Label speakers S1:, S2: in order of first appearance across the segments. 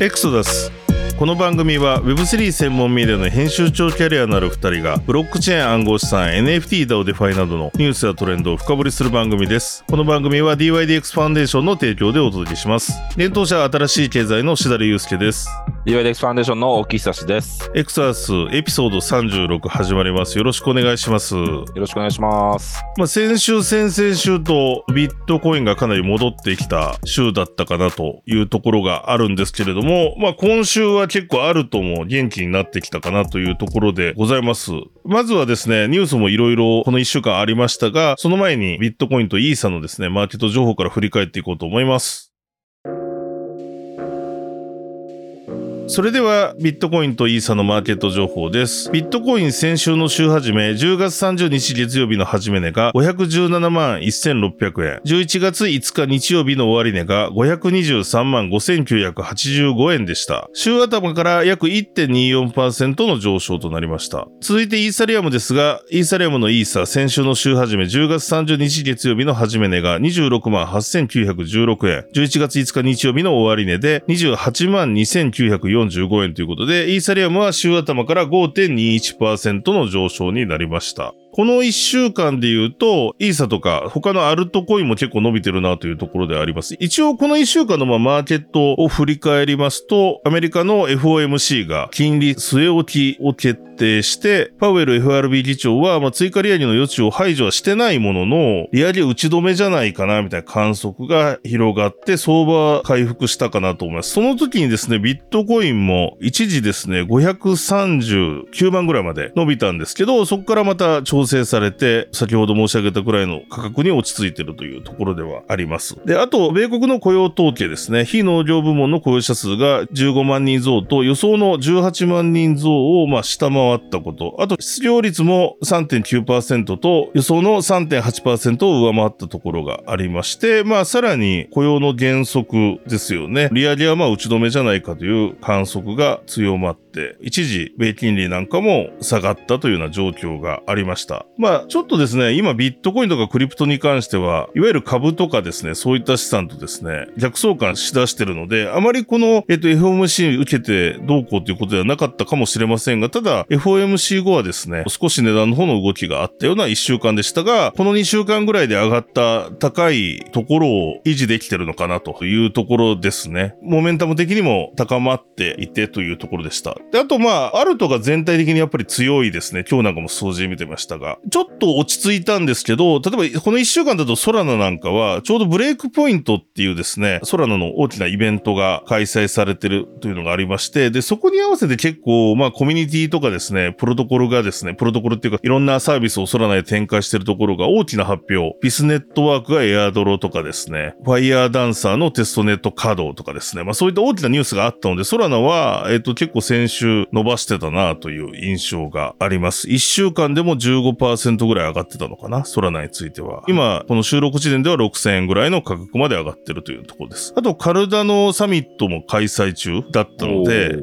S1: エクソダスこの番組は Web3 専門メディアの編集長キャリアのある2人がブロックチェーン暗号資産 NFT ダオデファイなどのニュースやトレンドを深掘りする番組ですこの番組は DYDX ファンデーションの提供でお届けします伝統者新しい経済のしだれゆうすけです
S2: DYDX ファンデーションの大木久志です。よ
S1: エクソダスエピソード36始まりますよろしくお願いします
S2: ろしくお願いします。
S1: まあ、先週、先々週とビットコインがかなり戻ってきた週だったかなというところがあるんですけれども、まあ、今週は結構あるとも元気になってきたかなというところでございます。まずはですね、ニュースもいろいろこの1週間ありましたが、その前にビットコインとイーサのですね、マーケット情報から振り返っていこうと思います。それではビットコインとイーサのマーケット情報です。ビットコイン先週の週始め、10月30日月曜日の始め値が517万1600円、11月5日日曜日の終値が523万5985円でした。週頭から約1.24%の上昇となりました。続いてイーサリアムですが、イーサリアムのイーサ先週の週始め10月30日月曜日の始め値が26万8916円、11月5日日曜日の終値で28万2945円ということで、イーサリアムは週頭から5.21%の上昇になりました。この1週間で言うと、イーサとか他のアルトコインも結構伸びてるなというところであります。一応この1週間のまあマーケットを振り返りますと、アメリカの FOMC が金利据え置きを決定して、パウエル FRB 議長はまあ追加利上げの余地を排除はしてないものの、利上げ打ち止めじゃないかなみたいな観測が広がって、相場回復したかなと思います。その時にですね、ビットコインも一時ですね、539万ぐらいまで伸びたんですけど、そこからまた調整されて、先ほど申し上げたくらいの価格に落ち着いているというところではあります。で、あと、米国の雇用統計ですね、非農業部門の雇用者数が15万人増と予想の18万人増をまあ下回ったこと、あと失業率も3.9%と予想の3.8%を上回ったところがありまして、まあさらに雇用の減速ですよね。利上げはまあ打ち止めじゃないかという観測が強まって、一時米金利なんかも下がったというような状況がありました。まあちょっとですね、今ビットコインとかクリプトに関しては、いわゆる株とかですね、そういった資産とですね、逆相関しだしてるので、あまりこの、えっと、FOMC 受けてどうこうということではなかったかもしれませんが、ただ、FOMC 後はですね、少し値段の方の動きがあったような1週間でしたが、この2週間ぐらいで上がった高いところを維持できてるのかなというところですね。モメンタム的にも高まっていてというところでした。で、あとまあ、アルトが全体的にやっぱり強いですね。今日なんかも数字見てましたが。ちょっと落ち着いたんですけど、例えばこの1週間だとソラナなんかは、ちょうどブレイクポイントっていうですね、ソラナの大きなイベントが開催されてるというのがありまして、で、そこに合わせて結構、まあ、コミュニティとかですね、プロトコルがですね、プロトコルっていうか、いろんなサービスをソラナで展開してるところが大きな発表。ビスネットワークがエアドロとかですね、ファイヤーダンサーのテストネット稼働とかですね、まあ、そういった大きなニュースがあったので、ソラナは、えっと、結構先週伸ばしてたなという印象があります。1週間でも15%ぐらい上がってたのかな、ソラナについては。今、この収録時点では6000円ぐらいの価格まで上がってるというところです。あと、カルダのサミットも開催中だったので、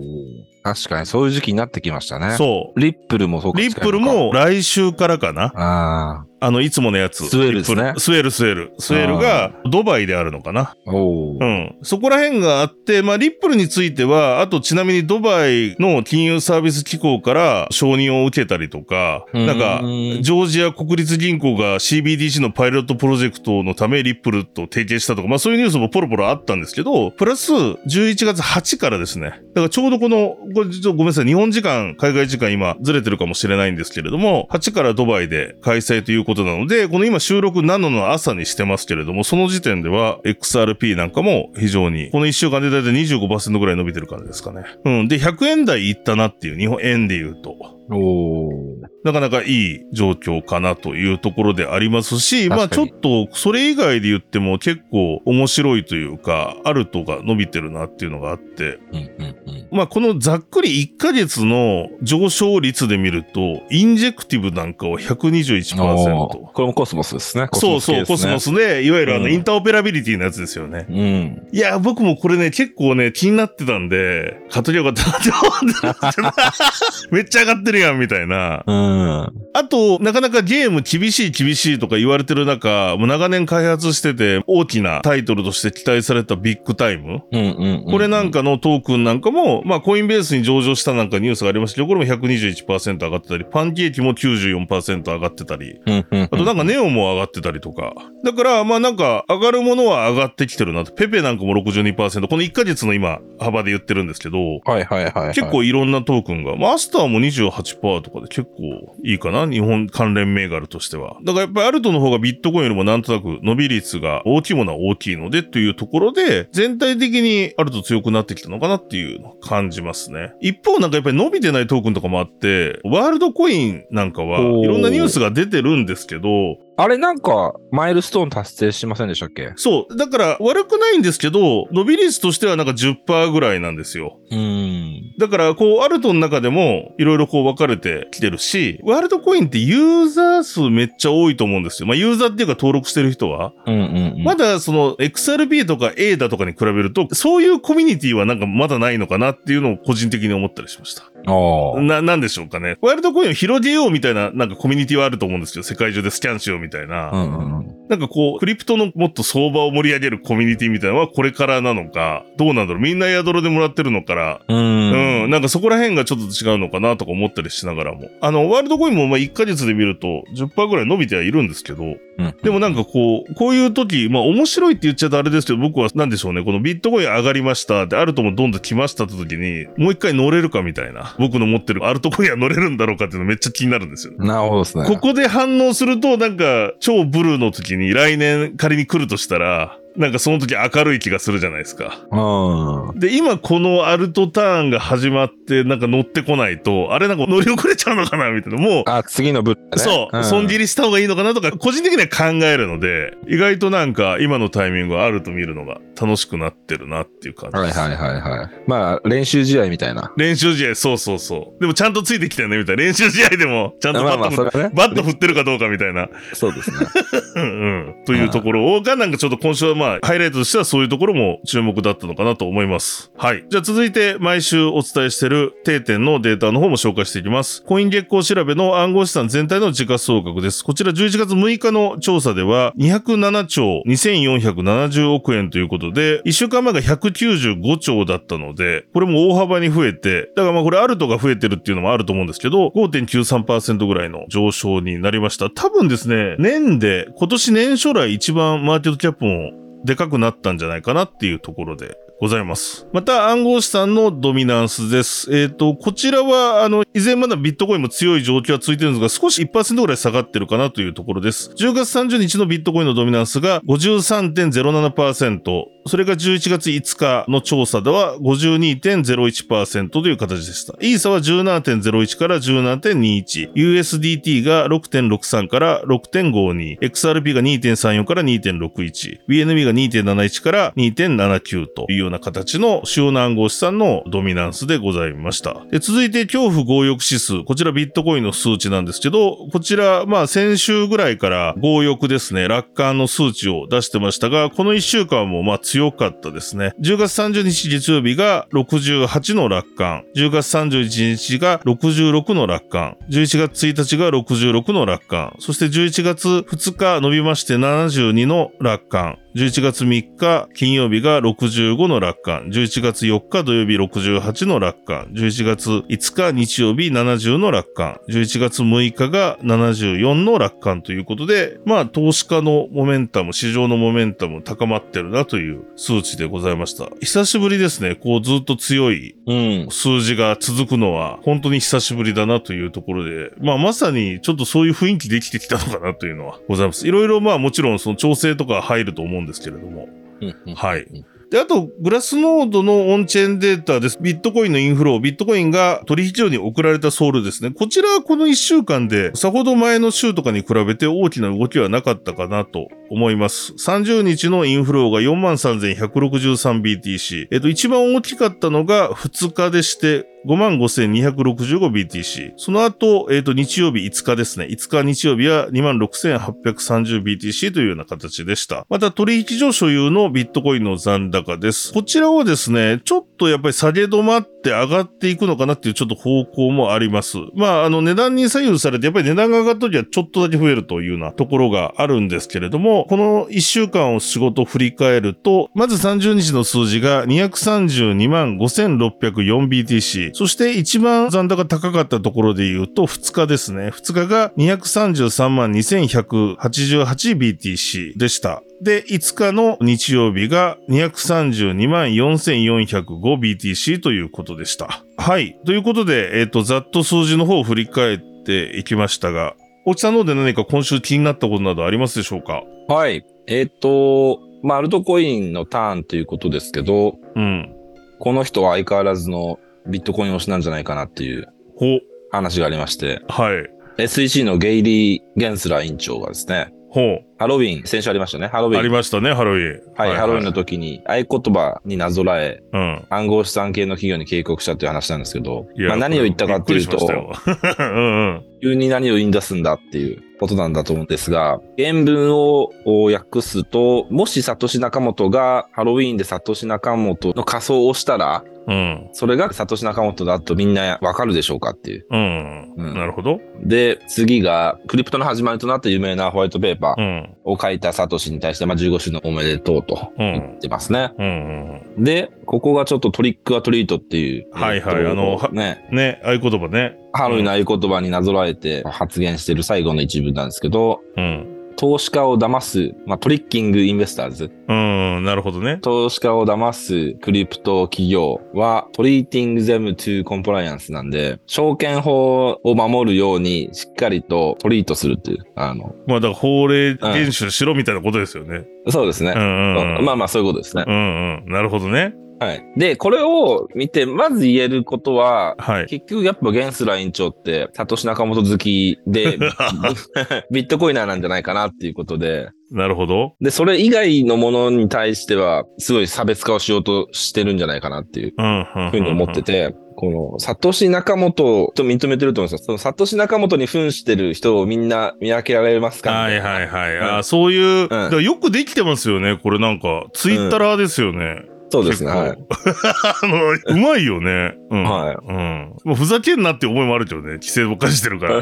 S2: 確かにそういう時期になってきましたね。
S1: そう。
S2: リップルもそうか
S1: リップル。も来週からかな
S2: あ
S1: あの、いつものやつ。
S2: スウェルですね
S1: リップルスウェル、スウェル。スウェルがドバイであるのかな
S2: あ。おお
S1: う。ん。そこら辺があって、まあ、リップルについては、あとちなみにドバイの金融サービス機構から承認を受けたりとか、なんか
S2: う、ーん
S1: ジョージア国立銀行が CBDC のパイロットプロジェクトのためリップルと提携したとか、まあそういうニュースもポロポロあったんですけど、プラス11月8からですね、だからちょうどこの、これちょっとごめんなさい、日本時間、海外時間今ずれてるかもしれないんですけれども、8からドバイで開催ということなので、この今収録7の朝にしてますけれども、その時点では XRP なんかも非常に、この1週間でだいたい25%ぐらい伸びてる感じですかね。うん。で、100円台いったなっていう、日本円で言うと。
S2: お
S1: なかなかいい状況かなというところでありますし、まあ
S2: 確
S1: ち
S2: か
S1: ょ
S2: に
S1: っとそれ以外で言っても結構面白いというか、アルトが伸びてるなっていうのがあって、
S2: うんうんうん。
S1: まあ、このざっくり1ヶ月の上昇率で見ると、インジェクティブなんかは121%
S2: おー。これもコスモスですね。
S1: そうそう、コスモ
S2: ス
S1: スね。いわゆるあの、
S2: うん
S1: インターオペラビリティのやつですよね。
S2: 系ですね。
S1: いや、僕もこれね、結構ね、気になってたんで、買っときゃよかったなって 思ってためっちゃ上がってるやん、みたいな。
S2: うん。うん。
S1: あと、なかなかゲーム厳しい厳しいとか言われてる中、もう長年開発してて、大きなタイトルとして期待されたビッグタイム。
S2: うんうんうん。
S1: これなんかのトークンなんかも、まあコインベースに上場したなんかニュースがありましたけど、これも121%上がってたり、パンケーキも94%上がってたり、
S2: うんうんうん、あ
S1: あとなんかネオも上がってたりとか。だからまあなんか上がるものは上がってきてるなと。ペペなんかも62%、この1ヶ月の今幅で言ってるんですけど、
S2: はいはいはい、はい。
S1: 結構いろんなトークンが、マスターも28%とかで結構いいかな日本関連銘柄としては。だからやっぱりアルトの方がビットコインよりもなんとなく伸び率が大きいものは大きいのでというところで、全体的にアルト強くなってきたのかなっていうのを感じますね。一方なんかやっぱり伸びてないトークンとかもあって、ワールドコインなんかは
S2: おー
S1: いろんなニュースが出てるんですけど、
S2: あれなんか、マイルストーン達成しませんでしたっけ
S1: そう、だから悪くないんですけど、伸び率としてはなんか10%ぐらいなんですよ。
S2: うん。
S1: だから、こう、アルトの中でも、いろいろこう分かれてきてるし、ワールドコインってユーザー数めっちゃ多いと思うんですよ。まあ、ユーザーっていうか登録してる人は。
S2: うんうん、うん。
S1: まだ、その、XRB とか A だとかに比べると、そういうコミュニティはなんかまだないのかなっていうのを個人的に思ったりしました。
S2: あー
S1: な、なんでしょうかね。ワールドコインを広げようみたいな、なんかコミュニティはあると思うんですけど、世界中でスキャンしようみたいな。
S2: うんうんうん。
S1: なんかこう、クリプトのもっと相場を盛り上げるコミュニティみたいなのはこれからなのか、どうなんだろう。みんなエアドロでもらってるのから、
S2: うん。
S1: うん、なんかそこら辺がちょっと違うのかなとか思ったりしながらも。あの、ワールドコインもまあ1ヶ月で見ると10%ぐらい伸びてはいるんですけど、
S2: うん。
S1: でもなんかこう、こういう時、まあ面白いって言っちゃうとあれですけど、僕はなんでしょうね、このビットコイン上がりましたって、アルトもどんどん来ましたって時に、もう一回乗れるかみたいな、僕の持ってるアルトコインは乗れるんだろうかっていうのめっちゃ気になるんですよね。
S2: なるほどですね。
S1: ここで反応すると、なんか、超ブルーの時に来年仮に来るとしたら、なんかその時明るい気がするじゃないですか。
S2: うん。
S1: で、今このアルトターンが始まって、なんか乗ってこないと、あれなんか乗り遅れちゃうのかなみたいな、もう、
S2: あ、次のブッダね。
S1: そう、損切りした方がいいのかなとか、個人的には考えるので、意外となんか今のタイミングはあると見るのが楽しくなってるなっていう感じ
S2: は
S1: で
S2: い
S1: す。
S2: はいはいはい。まあ、練習試合みたいな。
S1: 練習試合、そうそうそう。でもちゃんとついてきたよね、みたいな。練習試合でも、ちゃんと
S2: まあ
S1: バッ
S2: ま
S1: ト振
S2: あ、
S1: っ
S2: それはね。
S1: バット振ってるかどうかみたいな。
S2: そうですね。
S1: うんうん。というところをが、なんかちょっと今週はまあ、ハイライトとしてはそういうところも注目だったのかなと思います。はい。じゃあ続いて、毎週お伝えしてる定点のデータの方も紹介していきます。コイン月光調べの暗号資産全体の時価総額です。こちら11月6日の調査では、207兆2470億円ということで、1週間前が195兆だったので、これも大幅に増えて、だからまあこれアルトが増えてるっていうのもあると思うんですけど、5.93%ぐらいの上昇になりました。多分ですね、年で、今年年初来一番マーケットキャップもでかくなったんじゃないかなっていうところで。ございます。また、暗号資産のドミナンスです。えっ、と、こちらは、あの、以前まだビットコインも強い状況は続いてるんですが、少し1%ぐらい下がってるかなというところです。10月30日のビットコインのドミナンスが53.07%、それが11月5日の調査では52.01%という形でした。イーサは17.01から17.21、USDT が6.63から6.52、XRP が2.34から2.61、BNB が2.71から2.79というような形の主要な暗号資産のドミナンスでございました。で続いて恐怖強欲指数、こちらビットコインの数値なんですけど、こちら、まあ先週ぐらいから強欲ですね、楽観の数値を出してましたが、この1週間もまあ強かったですね。10月30日月曜日が68の楽観、10月31日が66の楽観、11月1日が66の楽観、そして11月2日伸びまして72の楽観、11月3日金曜日が65の楽観、11月4日土曜日68の楽観、11月5日日曜日70の楽観、11月6日が74の楽観ということで、まあ投資家のモメンタム、市場のモメンタム高まってるなという数値でございました。久しぶりですね、こうずっと強い
S2: うん。
S1: 数字が続くのは本当に久しぶりだなというところで、まあまさにちょっとそういう雰囲気できてきたのかなというのはございます。いろいろまあもちろんその調整とか入ると思うんですけれども、はい。で、あと、グラスノードのオンチェーンデータです。ビットコインのインフロー、ビットコインが取引所に送られたソールですね。こちらはこの1週間で、さほど前の週とかに比べて大きな動きはなかったかなと思います。30日のインフローが 43,163BTC。えっと、一番大きかったのが2日でして、55,265BTC。その後、えっ、と、日曜日5日ですね。5日日曜日は 26,830BTC というような形でした。また、取引所所有のビットコインの残高です。こちらはですね、ちょっとやっぱり下げ止まって上がっていくのかなっていうちょっと方向もあります。まあ、あの、値段に左右されて、やっぱり値段が上がった時はちょっとだけ増えるというようなところがあるんですけれども、この1週間を仕事を振り返ると、まず30日の数字が232万 5604BTC。そして一番残高高かったところで言うと2日ですね。2日が233万 2188BTC でした。で、5日の日曜日が232万 4405BTC ということでした。はい。ということで、えっ、と、ざっと数字の方を振り返っていきましたが、大木さんの方で何か今週気になったことなどありますでしょうか
S2: はい。えっ、と、まあ、アルトコインのターンということですけど、
S1: うん。
S2: この人は相変わらずのビットコイン推しなんじゃないかなっていう
S1: ほ、
S2: 話がありまして、
S1: はい。
S2: SEC のゲイリー・ゲンスラー委員長がですね、
S1: ほ
S2: ハロウィン、先週ありましたね、ハロウ
S1: う。
S2: ィ
S1: あり
S2: ン。
S1: ましたね、ハロウィン。
S2: はい、ハロウィンの時に合言葉になぞらえ、
S1: うん。
S2: 暗号資産系の企業に警告したという話なんですけど、
S1: いや
S2: まあ、何を言ったかっていう
S1: びくりし
S2: と、
S1: ましたよ うんうん。
S2: 急に何を言い出すんだっていうことなんだと思うんですが、原文を訳すと、もしサトシナカモトがハロウィーンでサトシナカモトの仮装をしたら、
S1: うん。
S2: それがサトシナカモトだとみんなわかるでしょうかっていう。
S1: うん。
S2: うん
S1: なるほど。
S2: で、次が、クリプトの始まりとなった有名なホワイトペーパ
S1: う
S2: ー
S1: ん。
S2: を書いたサトシに対して、まあ、15周のおめでとうと
S1: うん
S2: 言ってますね。
S1: うんうん
S2: で、ここがちょっとトリックアトリートっていう。
S1: はいはい
S2: えっと
S1: あのは
S2: ね、
S1: うん。ね、合言葉ね。
S2: ハロウィンの合言葉になぞらえて発言している最後の一文なんですけど、
S1: うん。
S2: 投資家を騙す、まあ、トリッキングインベスターズ、
S1: うん、なるほどね。
S2: 投資家を騙すクリプト企業は、トリーティングゼムトゥコンプライアンスなんで、証券法を守るようにしっかりとトリートするっていう、あの、
S1: まあだから法令厳守しろみたいなことですよね。
S2: そうですね
S1: う。んうんうん。
S2: まあまあそういうことですね。
S1: うんうん。なるほどね。
S2: はい。で、これを見て、まず言えることは、
S1: はい。
S2: 結局やっぱゲンスラ委員長って、サトシ仲本好き で、ビットコイナーなんじゃないかなっていうことで、
S1: なるほど。
S2: で、それ以外のものに対しては、すごい差別化をしようとしてるんじゃないかなっていう
S1: うんうんうん。
S2: ふうに思ってて、この、サトシ仲本と認めてると思うんですよ。そのサトシ仲本に扮してる人をみんな見分けられますか
S1: はい
S2: い。
S1: はいはい。
S2: う
S1: あ
S2: ん
S1: そういう、だ
S2: ん
S1: からよくできてますよね。これなんか、ツイッターですよね。
S2: そうですね。はい。
S1: あの、うまいよね。うん。
S2: はい
S1: うん。もうふざけんなって思いもあるけどね。規制ばっかりしてるから。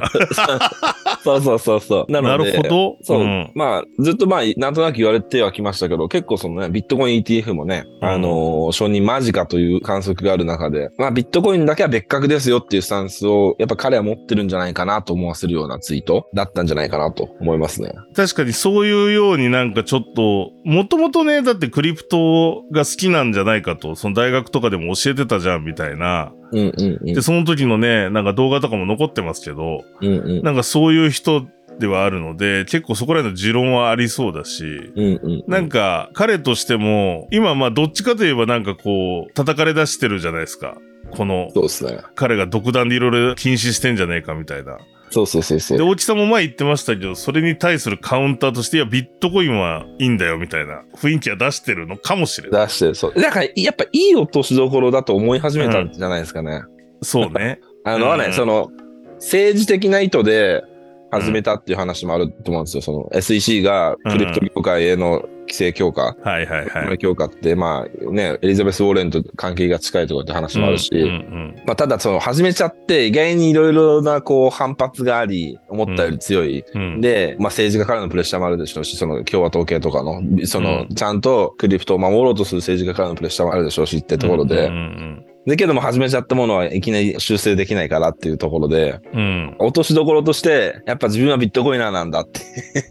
S2: そうそうそうそう。 な
S1: な
S2: ので
S1: るほど。
S2: そう、
S1: ん。
S2: まあ、ずっとまあ、なんとなく言われてはきましたけど、結構そのね、ビットコイン ETF もね、
S1: うん
S2: あのー承認間近という観測がある中で、まあ、ビットコインだけは別格ですよっていうスタンスを、やっぱ彼は持ってるんじゃないかなと思わせるようなツイートだったんじゃないかなと思いますね。
S1: 確かにそういうようになんかちょっと、もともとね、だってクリプトが好きなんじゃないかと、その大学とかでも教えてたじゃん、みたいな。
S2: うんうんうん
S1: で、。その時のね、なんか動画とかも残ってますけど、
S2: うんうん。
S1: なんかそういう人ではあるので、結構そこらへんの持論はありそうだし、
S2: うんうん。
S1: なんか彼としても、今まあどっちかといえばなんかこう、叩かれ出してるじゃないですか。この、
S2: そうですね。
S1: 彼が独断でいろいろ禁止してんじゃねえかみたいな。
S2: そうそうそうそ
S1: で、
S2: う。
S1: 大木さんも前言ってましたけど、それに対するカウンターとして、いや、ビットコインはいいんだよみたいな雰囲気は出してるのかもしれない。
S2: 出してる。そう。だから、やっぱいい落としどころだと思い始めたんじゃないですかね。
S1: そうね。
S2: あの、
S1: うん
S2: ね、その、政治的な意図で始めたっていう話もあると思うんですよ。その SEC がクリプト業界への規制強化、
S1: はいはい
S2: こ
S1: は
S2: の
S1: い。
S2: 強化って、まあね、エリザベス・ウォーレンと関係が近いとかって話もあるし、
S1: うんうん
S2: まあただその始めちゃって、意外にいろいろなこう反発があり、思ったより強い。
S1: うんうん。
S2: で、まあ政治家からのプレッシャーもあるでしょうし、その共和党系とかの、そうの、
S1: ん
S2: ちゃんとクリプトを守ろうとする政治家からのプレッシャーもあるでしょうしってところで、
S1: うん
S2: だけども始めちゃったものはいきなり修正できないからっていうところで、
S1: うんうん。
S2: 落としどころとして、やっぱ自分はビットコイナーなんだって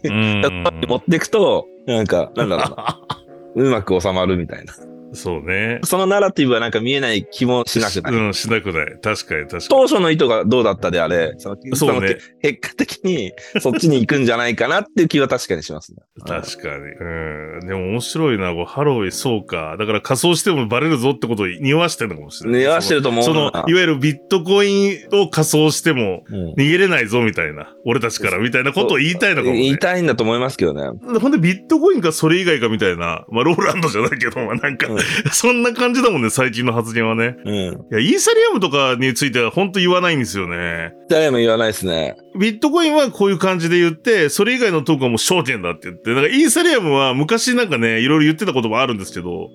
S1: うん。うん
S2: 持っていくと、なんか、なんだろうな、うまく収まるみたいな。
S1: そうね。
S2: そのナラティブはなんか見えない気もしなくない。
S1: うん、しなくない。確かに確か
S2: 当初の意図がどうだったであれ、その
S1: に。そうね。
S2: その結果的にそっちに行くんじゃないかなっていう気は確かにしますね。
S1: 確かに。うん。でも面白いな、こうハロウィン、そうか。だから仮装してもバレるぞってことを匂わしてるのかもしれない。
S2: 匂わしてると思う
S1: その、そのいわゆるビットコインを仮装しても
S2: うん
S1: 逃げれないぞみたいな。俺たちからみたいなことを言いたいのかも、ね。
S2: 言いたいんだと思いますけどね。
S1: ほんで、ビットコインかそれ以外かみたいな。まあ、ローランドじゃないけど、まあ、なんか、
S2: うん
S1: そんな感じだもんね、最近の発言はね。
S2: うん。
S1: いや、イーサリアムとかについては本当言わないんですよね。
S2: 誰も言わないですね。
S1: ビットコインはこういう感じで言って、それ以外のトークはもう証券だって言って、なんかイーサリアムは昔なんかね、いろいろ言ってたこともあるんですけど、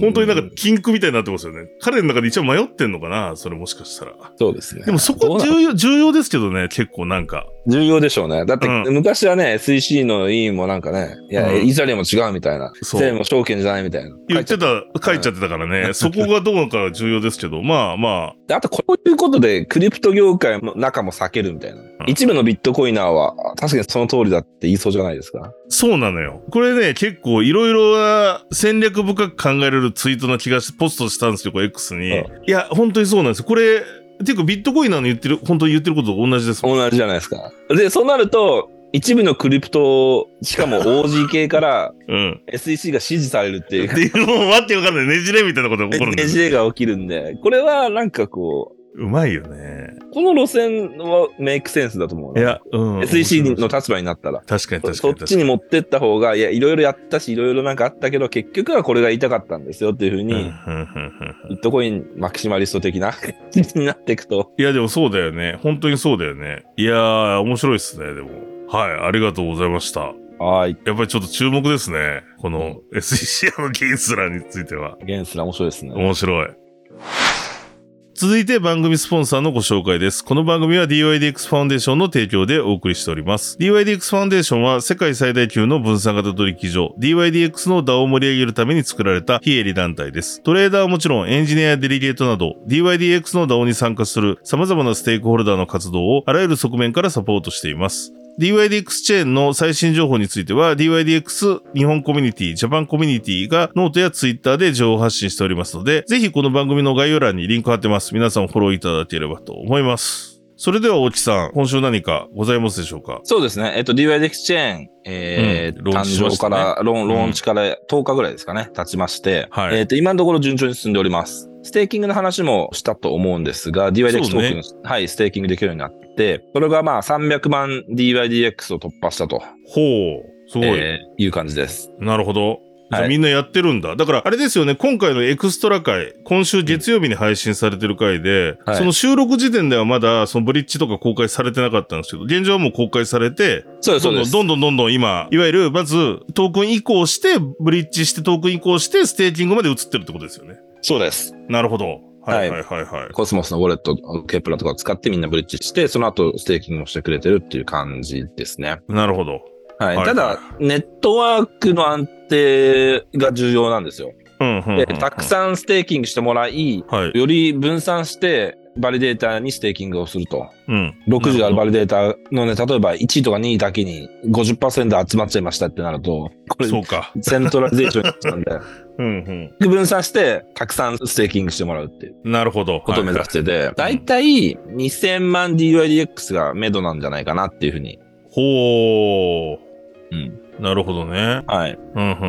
S1: 本当になんか禁句みたいになってますよね。彼の中で一応迷ってんのかなそれもしかしたら。
S2: そうですね。
S1: でもそ
S2: ど
S1: こ
S2: うな
S1: 重要、重要ですけどね、結構なんか。
S2: 重要でしょうね。だって、
S1: うん
S2: 昔はね、SEC の委員もなんかね、いや、
S1: うん
S2: イーサリアも違うみたいな。
S1: そう
S2: 税も証券じゃないみたいな。
S1: 言って
S2: 書いちゃ
S1: た、書いちゃってたからね、そこがどうなのかは重要ですけど、まあま
S2: であと、こういうことで、クリプト業界の中も避けるみたいな。一部のビットコイナーは、確かにその通りだって言いそうじゃないですか
S1: あ。、そうなのよ。これね、結構いろいろな戦略深く考えられるツイートな気がし、ポストしたんですよ、これ X に。
S2: う
S1: いや、本当にそうなんですよ。これ、ていうかビットコインなの言ってる、本当に言ってることと同じですもん。
S2: 同じじゃないですか。で、そうなると、一部のクリプト、しかも OG 系から
S1: うん。
S2: SEC が支持されるってい
S1: っ
S2: う
S1: て。いう、もう待ってわかんない。ねじれみたいなことが起こるんで
S2: ね
S1: す
S2: じれが起きるんで、これはなんかこう、
S1: うまいよね。
S2: この路線はメイクセンスだと思う
S1: い
S2: な。
S1: や、うん。
S2: SEC の立場になったら。
S1: 確かに確かに
S2: そっ
S1: 確か
S2: ち
S1: に。
S2: に持ってった方が、いや、いろいろやったし、いろいろなんかあったけど、結局はこれが言いたかったんですよっていうふう
S1: うんう
S2: に、
S1: んうんうん
S2: ビットコインマキシマリスト的な 感じになっていくと。
S1: いや、でもそうだよね。本当にそうだよね。いやー、面白いっすね、でも。はい、ありがとうございました。
S2: はい。
S1: やっぱりちょっと注目ですね。この SEC のゲイスラーについては。
S2: ゲンスラ面白いですね。
S1: 面白い。続いて番組スポンサーのご紹介です。この番組は DYDX ファウンデーションの提供でお送りしております。DYDX ファウンデーションは世界最大級の分散型取引所 DYDX の DAO を盛り上げるために作られた非営利団体です。トレーダーはもちろんエンジニアやデリゲートなど DYDX の DAO に参加する様々なステークホルダーの活動をあらゆる側面からサポートしています。DYDX チェーンの最新情報については DYDX 日本コミュニティ、ジャパンコミュニティがノートやツイッターで情報発信しておりますので、ぜひこの番組の概要欄にリンク貼ってます。皆さんフォローいただければと思います。それでは大木さん、今週何かございますでしょうか
S2: そうですね。えっと、DYD エクスチェーン、えー
S1: うんローンチし
S2: 誕
S1: ま
S2: 生
S1: したね
S2: から、ローン、
S1: う
S2: ロ
S1: ん
S2: ーンチから10日ぐらいですかね、経ちまして、
S1: はい
S2: えっと、今のところ順調に進んでおります。ステーキングの話もしたと思うんですが、DYDX
S1: そ
S2: ト
S1: うね
S2: ークン、はい、ステーキングできるようになって、それがまあ300万 DYDX を突破したと、
S1: ほう、すごい。
S2: えーいう感じです。
S1: なるほど。じゃあ
S2: はい
S1: みんなやってるんだ。だから、あれですよね、今回のエクストラ回、今週月曜日に配信されてる回で、
S2: はい
S1: その収録時点ではまだ、そのブリッジとか公開されてなかったんですけど、現状はもう公開されて、
S2: そうです、
S1: ど
S2: そ
S1: んど
S2: うで
S1: ん
S2: す。
S1: どんどんどんどん今、いわゆる、まず、トークン移行して、ブリッジして、トークン移行して、ステーキングまで移ってるってことですよね。
S2: そうです。
S1: なるほど。はいは
S2: はい
S1: はいはい。
S2: コスモスのウォレット、ケプラとかを使ってみんなブリッジして、その後ステーキングをしてくれてるっていう感じですね。
S1: なるほど。
S2: はい。
S1: はい
S2: た
S1: は
S2: だ、ネットワークの安定が重要なんですよ。
S1: うんうんうん、
S2: で、たくさんステーキングしてもらい、
S1: ん。はい。
S2: より分散して、バリデータにステーキングをすると。
S1: うん。
S2: 60あるバリデータのね、例えば1位とか2位だけに50%集まっちゃいましたってなると、これ
S1: そ、うか。
S2: セントラリゼーションになっちゃうんで、
S1: うん
S2: 分散して、たくさんステーキングしてもらうっていう。
S1: うん。なるほど。
S2: ことを目指
S1: し
S2: してて、だいたい2000万 DYDX が目処なんじゃないかなっていうふうに。
S1: ほ
S2: うん。
S1: う。なるほどね。
S2: はい。
S1: うんうんうんう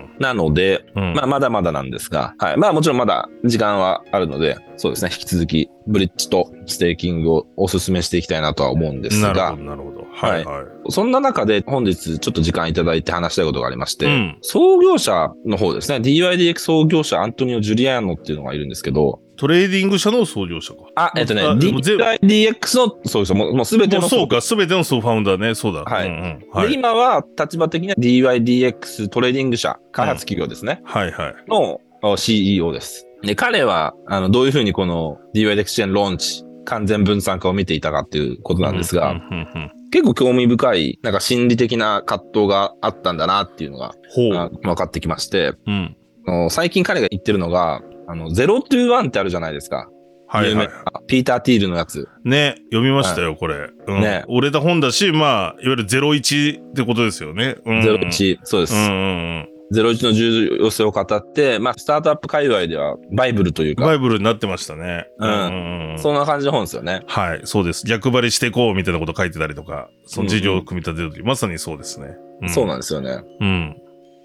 S1: ん
S2: なので、
S1: うん。うん
S2: まあ、まだまだなんですが、はい。まあ、もちろんまだ時間はあるので、そうですね。引き続き、ブリッジとステーキングをお勧めしていきたいなとは思うんです
S1: なる
S2: が
S1: ほ、ど、なるほど。はいはい。
S2: そんな中で本日ちょっと時間いただいて話したいことがありまして、
S1: うん
S2: 創業者の方ですね、DYDX 創業者アントニオ・ジュリアーノっていうのがいるんですけど、
S1: トレーディング社の創業者か。
S2: あ、えっとね、
S1: あでも全部
S2: DYDX の、そうですもうもう全て
S1: も
S2: の
S1: うそうか、すべてのソーファウンダーね。そうだ。
S2: はい
S1: うんうんは
S2: で
S1: い。
S2: 今は立場的には DYDX トレーディング社、開発企業ですね、
S1: はいはい。
S2: のお CEO です。で、彼は、あの、どういうふうにこの DYDX チェーンローンチ、完全分散化を見ていたかっていうことなんですが、
S1: うんうんうんうん
S2: 結構興味深い、なんか心理的な葛藤があったんだなっていうのが、
S1: ほ
S2: あ
S1: う。
S2: 分かってきまして、
S1: うん。
S2: あの最近彼が言ってるのが、あの、0 to 1ってあるじゃないですか。
S1: はい
S2: 有
S1: は
S2: 名
S1: い。
S2: なピーター・ティールのやつ。
S1: ね、読みましたよ、これ。うん
S2: ね
S1: 折れた本だし、まあ、いわゆる01ってことですよね。うん
S2: ゼロ。チ、そうです。
S1: うんうんうん。
S2: 01の重要性を語って、まあ、スタートアップ界隈ではバイブルという
S1: バ
S2: か、
S1: イブルになってましたね。
S2: うん
S1: んうん
S2: そんな感じの本ですよね。
S1: はい、そうです。逆張りしていこうみたいなこと書いてたりとか、その事業を組み立てるとき、まさにそうですね。
S2: そうなん
S1: ん
S2: ですよね。
S1: うん。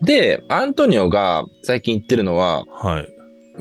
S2: で、アントニオが最近言ってるのは、
S1: はい。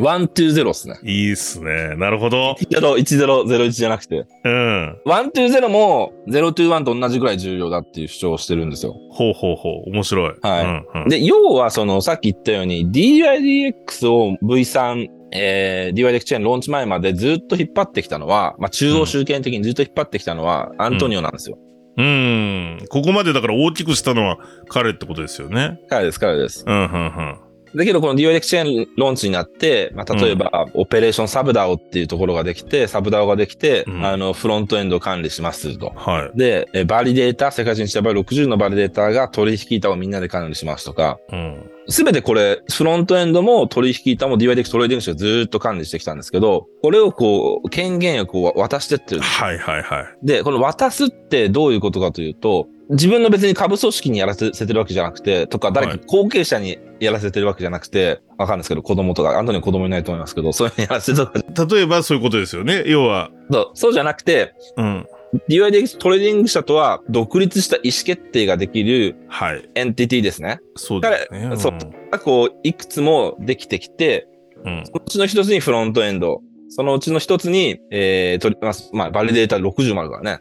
S2: 120ですね。
S1: いいっすね。なるほど。
S2: 1001じゃなくて。
S1: うん。
S2: 120も021と同じぐらい重要だっていう主張をしてるんですよ。
S1: ほうほうほう。面白い。
S2: はい
S1: うんうん
S2: で、要はそのさっき言ったように DYDX を V3、えー、DYDX チェーンローンチ前までずっと引っ張ってきたのは、まあ中央集権的にずっと引っ張ってきたのはアントニオなんですよ。
S1: うん。ここまでだから大きくしたのは彼ってことですよね。
S2: 彼です、彼です。
S1: うん、うん、うん。
S2: だけどこの DYDX チェーンローンチになって、まあ例えばオペレーションサブダオっていうところができて、サブダオができて、
S1: うん
S2: あのフロントエンドを管理しますと。
S1: は
S2: で、えーバリデータ、世界中にした場合60のバリデータが取引板をみんなで管理しますとか、
S1: い。うん。
S2: すべてこれ、フロントエンドも取引板も DYDX トレーディング社がずーっと管理してきたんですけど、これをこう、権限をこう渡してってる。
S1: はい、はい、はい。
S2: で、この渡すってどういうことかというと、自分の別に株組織にやらせてるわけじゃなくて、とか誰
S1: は
S2: か
S1: い
S2: 後継者にやらせてるわけじゃなくて、わかんないですけど、子供とか、あんたに子供いないと思いますけど、そういうのやらせてるとか、
S1: 例えばそういうことですよね。要は、
S2: そうそうじゃなくて、
S1: うん。
S2: DYDX トレーディング社とは独立した意思決定ができる
S1: はい。
S2: エンティティですね。
S1: そうですね。
S2: そうこう、いくつもできてきて、
S1: うん。うん。
S2: そのうちの一つにフロントエンド、そのうちの一つに、えー、取ります。まあ、バリデータ60もあるからね。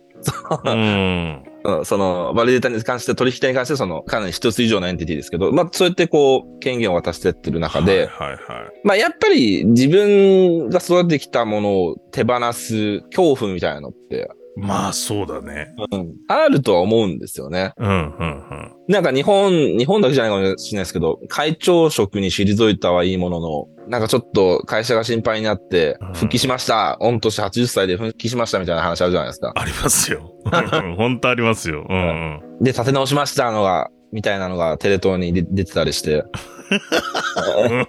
S1: うん。
S2: うん、その、バリデータに関して、取引体に関して、その、かなり一つ以上のエンティティですけど、まあ、そうやってこう、権限を渡してってる中 で、
S1: はい、はい、はい。
S2: まあ、やっぱり自分が育ってきたものを手放す恐怖みたいなのって、
S1: まあ、そうだね。
S2: うん、あるとは思うんですよね。
S1: うん、うん、うん。
S2: なんか日本、日本だけじゃないかもしれないですけど、会長職に退いたはいいものの、なんかちょっと会社が心配になって
S1: うん、
S2: 復帰しました、御年80歳で復帰しましたみたいな話あるじゃないですか。
S1: あります よ。うん本当ありますよ。うんうん。
S2: で、立て直しましたのが、みたいなのがテレ東に出出てたりして、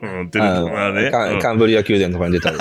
S1: うんうんテレビ
S2: あの
S1: まあね。
S2: カン
S1: うん
S2: カンブリア宮殿とかに出たり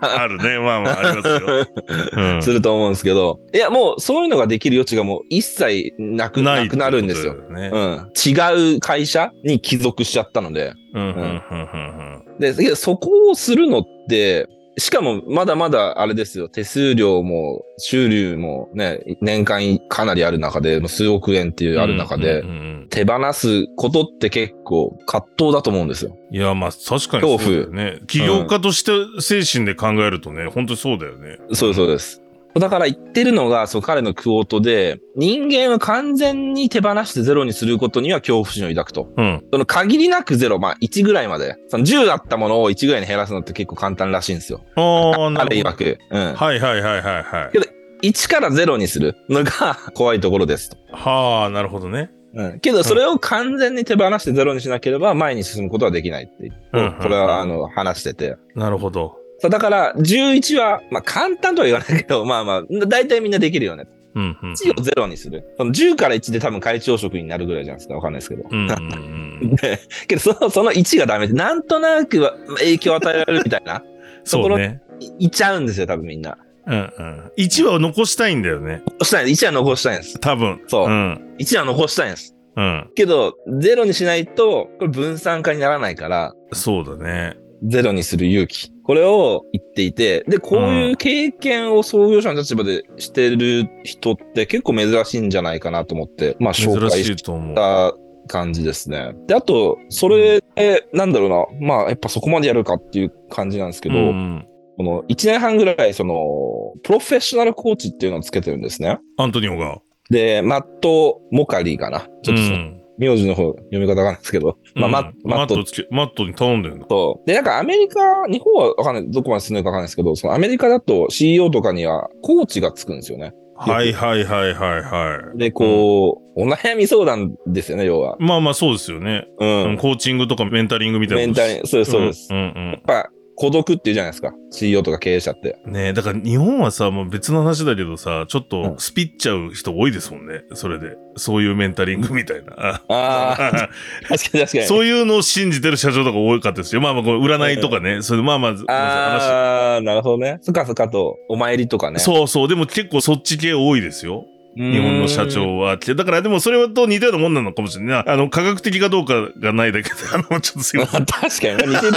S1: あるね。まあまあ、あり ますよ。うん
S2: すると思うんですけど、いや、もうそういうのができる余地がもう一切なくなくなるんですよ。。
S1: ないって
S2: う
S1: こと
S2: ん、違う会社に帰属しちゃったので、
S1: だよねうんうんうん
S2: で、けどそこをするのって、しかもまだまだあれですよ、手数料も収入もね、年間かなりある中で、もう数億円っていうある中で、
S1: うんうんうん
S2: 手放すことって結構葛藤だと思うんですよ。
S1: いや、まあ、確かにそうだよね。起業家として精神で考えるとね、本当にそうだよね。
S2: そうですそうです。だから言ってるのが、そう彼のクオートで、人間は完全に手放してゼロにすることには恐怖心を抱くと。
S1: うん。
S2: その限りなくゼロ、まあ1ぐらいまで、その10だったものを1ぐらいに減らすのって結構簡単らしいんですよ。
S1: ああ、な
S2: あれ
S1: るほ
S2: 曰
S1: ど。
S2: く。うん。
S1: はいはいはいはいは
S2: けど1から0にするのが怖いところですと。
S1: い。はあ、なるほどね。
S2: うん、けど、それを完全に手放してゼロにしなければ前に進むことはできないって、
S1: うん
S2: これはあの話してて。
S1: なるほど。
S2: そうだから、11は、まあ簡単とは言わないけど、まあまあ、大体みんなできるよね。
S1: うんうん。
S2: 1をゼロにする。その10から1で多分会長職になるぐらいじゃないですか。わかんないですけど。
S1: うんうんうん。
S2: でけどその、その1がダメで、なんとなくは影響を与えられるみたいな。
S1: そうね。
S2: いいちゃうんですよ、多分みんな。
S1: うんうん。1は残したいんだよね。
S2: 残したい。1は残したいんです。
S1: 多分。
S2: そう。
S1: うん。
S2: 1は残したいんです。
S1: うん。
S2: けど、ゼロにしないと、これ分散化にならないから、
S1: そうだね。
S2: ゼロにする勇気。これを言っていて、で、こういう経験を創業者の立場でしてる人って結構珍しいんじゃないかなと思って、まあ、紹
S1: 珍
S2: 介
S1: し
S2: し
S1: いと思う。
S2: た感じですね。で、あと、それ、えなんだろうな、まあ、やっぱそこまでやるかっていう感じなんですけど、
S1: うん、
S2: この1年半ぐらい、その、プロフェッショナルコーチっていうのをつけてるんですね。
S1: アントニオが。
S2: で、マット・モカリーかな。ちょっとその、
S1: ん
S2: 名字の方、読み方がなんですけど、まあ、マッ
S1: うん
S2: マット
S1: つけマットに頼んでるんだ。
S2: と、で、なんかアメリカ、日本はわかんない、どこまで進んでるかわかんないですけど、そのアメリカだと CEO とかにはコーチがつくんですよね。
S1: はいはいはいはいは
S2: で、こう、お悩み相談ですよね、要は。
S1: い。まあまあそうですよね。
S2: う
S1: うん
S2: ん。
S1: コーチングとかメンタリングみたいな
S2: メン
S1: こと
S2: タリング、そうです、そうです。
S1: うんうん
S2: やっぱ、孤独っていうじゃないですか。CEO とか経営者って。
S1: うん。ねえ、だから日本はさ、もう別の話だけどさ、ちょっと
S2: うん
S1: スピっちゃう人多いですもんね。それで。そういうメンタリングみたいな。
S2: あ あ、確かに確か に。
S1: そういうのを信じてる社長とか多かったですよ。まあまあ、これ占いとかね。それでまあまあ、話
S2: ああ、なるほどね。そかそかと、お参りとかね。
S1: そうそう。でも結構そっち系多いですよ。日
S2: 日
S1: 本の社長はって。だからでもそれと似たようなもんなのかもしれないな。あの、科学的かどうかがないだけで、 あの、ちょっと すいま
S2: 確
S1: せ
S2: か
S1: ん。
S2: に似てる。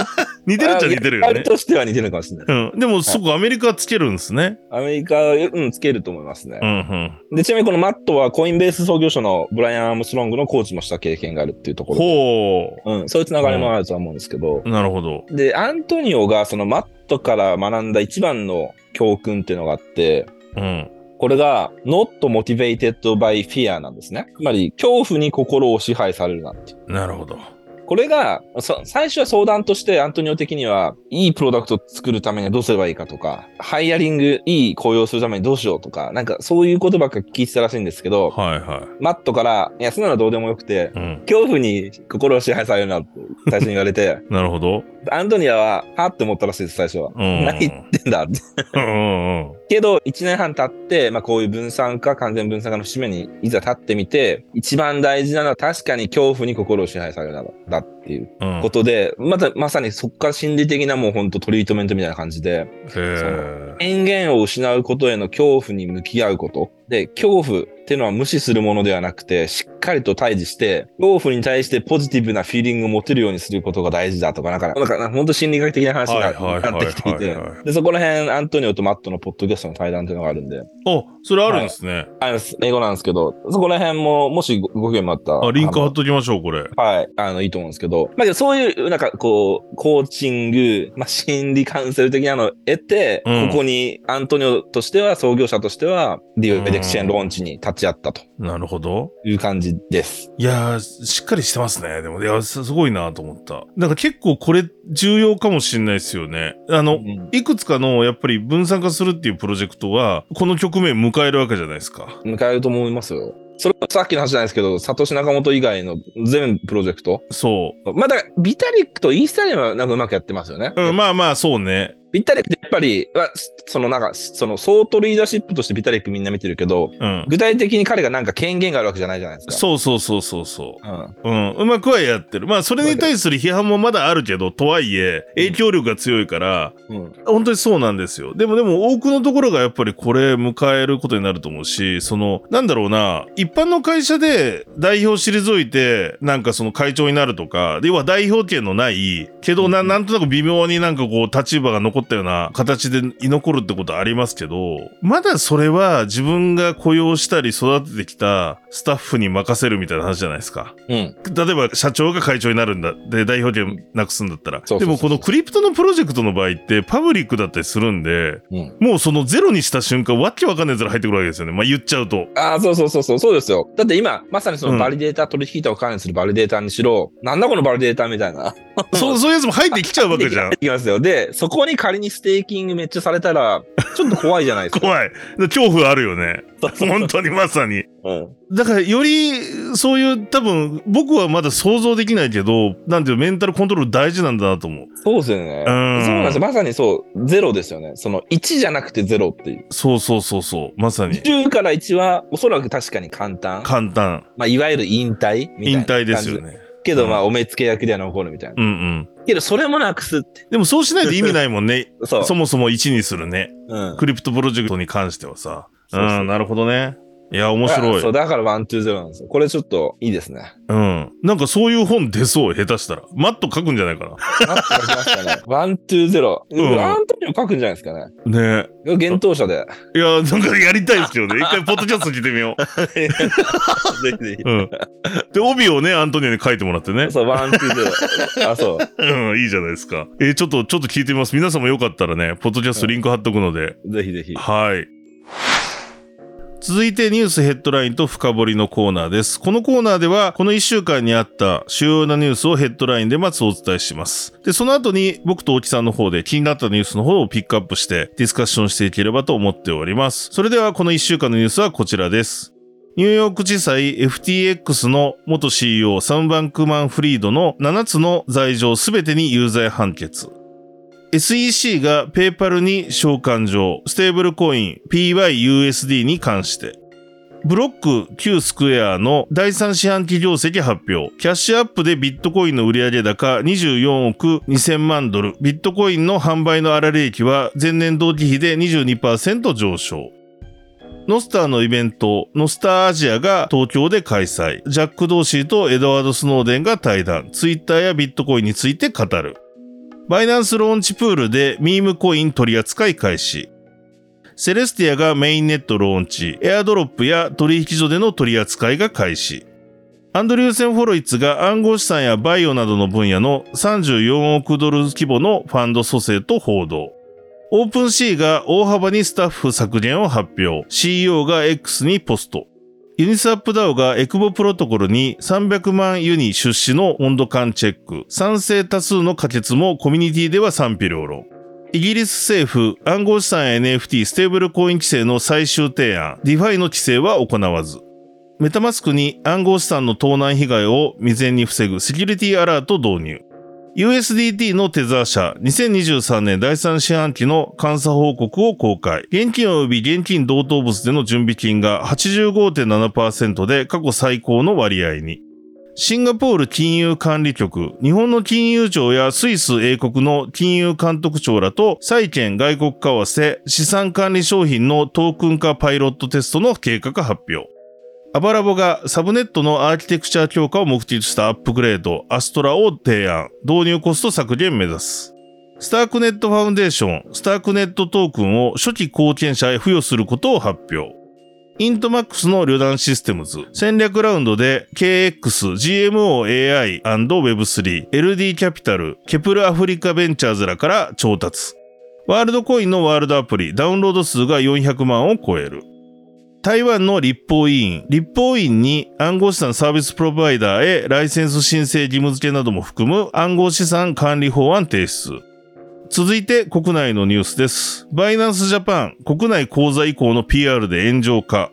S1: 似てるっちゃ似てるよ
S2: あれ
S1: ね。
S2: としては似てるかもしれない。
S1: うん。でも、そこアメリカはつけるんですね。
S2: アメリカは、うん、つけると思いますね
S1: う。んうん。
S2: で、ちなみにこのマットはコインベース創業者のブライアン・アームストロングのコーチもした経験があるっていうところ。
S1: ほ
S2: うん、そういうつながりもあるとは思うんですけど。
S1: う。なるほど。
S2: で、アントニオがそのマットから学んだ一番の教訓っていうのがあって、
S1: うん。
S2: これが not motivated by fear なんですね。つまり、恐怖に心を支配されるなっていう。
S1: なるほど。
S2: これが、そ最初は相談としてアントニオ的には、いいプロダクトを作るためにはどうすればいいかとか、ハイアリング、いい雇用するためにどうしようとか、なんかそういうことばっか聞いてたらしいんですけど、
S1: はいは
S2: マットから、いや、そんなのどうでもよくて、
S1: い。うん。
S2: 恐怖に心を支配されるなって最初に言わ れて、
S1: なるほど。
S2: アントニアは、はって思ったらしいです、最初は。
S1: うん。
S2: 何言ってんだって。
S1: うんうんうん。
S2: けど、1年半経って、まあこういう分散化、完全分散化の節目にいざ立ってみて、一番大事なのは確かに恐怖に心を支配されるなだっていう
S1: うん。
S2: ことで、またまさにそこから心理的なもうほんとトリートメントみたいな感じで、
S1: へ
S2: 権限を失うことへの恐怖に向き合うこと。で、恐怖っていうのは無視するものではなくて、しっかりと対峙して、恐怖に対してポジティブなフィーリングを持てるようにすることが大事だとか、なんか、なんか、本当心理学的な話
S1: は
S2: が
S1: いはいはいはい
S2: なってきていて。で、そこら辺、アントニオとマットのポッドキャストの対談っていうのがあるんで、
S1: え。あ、それあるんですね。
S2: あの英語なんですけど、そこら辺も、もしごご興味あったら。
S1: あ、リンク貼っ
S2: あの
S1: ときましょう、これ。
S2: はい。あの、いいと思うんですけど。まあ、けどそういう、なんか、こう、コーチング、まあ、心理カウンセル的なのを得て、
S1: うん
S2: ここに、アントニオとしては、創業者としては、ディオエデクシェン
S1: うん
S2: ローンチに立ち会ったと
S1: なるほど。
S2: いう感じです。
S1: いやー、しっかりしてますね。でも、いや、すすごいなと思った。なんか結構これ重要かもしれないですよね。あの、
S2: うん
S1: いくつかのやっぱり分散化するっていうプロジェクトは、この局面迎えるわけじゃないですか。
S2: 迎えると思いますよ。それはさっきの話じゃないですけど、サトシナカモト以外の全プロジェクト。
S1: そ
S2: まあだから、ビタリックとイースタリアムはなんかうまくやってますよね。
S1: う。うん、まあまあ、そうね。
S2: ビタリックってやっぱり、はそのなんか、その相当リーダーシップとしてビタリックみんな見てるけど、
S1: うん。
S2: 具体的に彼がなんか権限があるわけじゃないじゃないですか。。
S1: そうそうそうそうそう
S2: うん。
S1: う。うん。うまくはやってる。まあ、それに対する批判もまだあるけど、とはいえ、影響力が強いから、
S2: うん。
S1: 本当にそうなんですよ。でもでも多くのところがやっぱりこれ迎えることになると思うし、その、なんだろうな、一般の会社で代表退いて、なんかその会長になるとか、要は代表権のない、けどな、
S2: うん
S1: なんとなく微妙になんかこう立場が残ったような形で居残るってことはありますけど、まだそれは自分が雇用したり育ててきたスタッフに任せるみたいな話じゃないですか。
S2: うん。
S1: 例えば社長が会長になるんだで代表権なくすんだったら
S2: そうそうそう
S1: でもこのクリプトのプロジェクトの場合ってパブリックだったりするんで
S2: うん。
S1: もうそのゼロにした瞬間わけわかんないやつら入ってくるわけですよねまあ言っちゃう と
S2: ああ、そうそうそうそう、そうですよ。だって今、まさにそうの
S1: ん
S2: バリデータ、取引板を管理するバリデータにしろ、なんだこのバリデータみたいな。
S1: そうそういうやつも入ってきちゃうわけじゃん
S2: できますよ。で、そこに仮にステーキングめっちゃされたら、ちょっと怖いじ ゃないですか。
S1: 怖い恐怖あるよね本当にまさに
S2: うん。
S1: だからよりそういう多分僕はまだ想像できないけどなんていうのメンタルコントロール大事なんだなと思う
S2: そうですよね。そう
S1: うん
S2: なんですよ。まさにそう、ゼロですよね。その1じゃなくてゼロっていう。
S1: そうそうそうそうまさに
S2: 10から1は、おそらく確かに簡単。
S1: 簡単
S2: まあ、いわゆる引退みたい
S1: 引
S2: な感
S1: 退
S2: じ。
S1: ですよ。ね
S2: けど、まあ、お目付け役では残るみたいな。
S1: うんうん
S2: けど、それもなくすって。
S1: でもそうしないと意味ないもんね
S2: そう。
S1: そもそも1にするね。
S2: うん。
S1: クリプトプロジェクトに関してはさ。う、
S2: そうそうん
S1: なるほどね。いや、面白
S2: あそう、
S1: い。
S2: だからワン、ツー、ゼロなんですよ。これちょっといいですね。
S1: うん。なんかそういう本出そう、下手したら。マット書くんじゃないか
S2: なってきました ね。ワン、ツー、ゼロ。
S1: うん
S2: ワントニオ書くんじゃないですかね。
S1: な。ね
S2: 幻冬者 で。
S1: え。いや、なんかやりたいです けどね。一回ポッドキャスト聞いてみよう。うん。で、帯をね、アントニオに書いてもらってね。
S2: そう、ワン、ツー、ゼ ロ。あ、そう。
S1: うん、いいじゃないですか。えーちょっと、ちょっと聞いてみます。皆さんもよかったらね、ポッドキャストリンク貼っとくので、
S2: ぜひぜひ。
S1: はい。続いてニュースヘッドラインと深掘りのコーナーです。このコーナーでは、この1週間にあった主要なニュースをヘッドラインでまずお伝えします。で、その後に僕と大木さんの方で気になったニュースの方をピックアップしてディスカッションしていければと思っております。それではこの1週間のニュースはこちらです。ニューヨーク地裁 FTX の元 CEO サムバンクマンフリードの7つの罪状すべてに有罪判決。SEC がペイパルに召喚状、ステーブルコイン PYUSD に関して、ブロック Q スクエアの第3四半期業績発表、キャッシュアップでビットコインの売上高24億2000万ドル、ビットコインの販売の粗利益は前年同期比で22%上昇。ノスターのイベント、ノスターアジアが東京で開催。ジャック・ドーシーとエドワード・スノーデンが対談。ツイッターやビットコインについて語る。バイナンスローンチプールでミームコイン取り扱い開始。セレスティアがメインネットローンチ。エアドロップや取引所での取り扱いが開始。アンドリューセン・フォロイツが暗号資産やバイオなどの分野の34億ドル規模のファンド蘇生と報道。オープン C が大幅にスタッフ削減を発表。CEO が X にポスト。ユニスワップ DAO がエクボプロトコルに300万ユニ出資の温度感チェック。賛成多数の可決もコミュニティでは賛否両論。イギリス政府、暗号資産や NFT ステーブルコイン規制の最終提案、DeFi の規制は行わず。メタマスクに暗号資産の盗難被害を未然に防ぐセキュリティアラート導入。USDT のテザー社、2023年第3四半期の監査報告を公開。現金及び現金同等物での準備金が85.7%で過去最高の割合に。シンガポール金融管理局、日本の金融庁やスイス英国の金融監督庁らと債券外国為替資産管理商品のトークン化パイロットテストの計画発表。アバラボがサブネットのアーキテクチャ強化を目的としたアップグレード、アストラを提案、導入コスト削減目指す。スタークネットファウンデーション、スタークネットトークンを初期貢献者へ付与することを発表。イントマックスの旅団システムズ、戦略ラウンドで KX、GMOAI、Web3、LD キャピタル、ケプルアフリカベンチャーズらから調達。ワールドコインのワールドアプリ、ダウンロード数が400万を超える。台湾の立法委員、立法委員に暗号資産サービスプロバイダーへライセンス申請義務付けなども含む暗号資産管理法案提出。続いて国内のニュースです。バイナンスジャパン国内口座移行の PR で炎上化。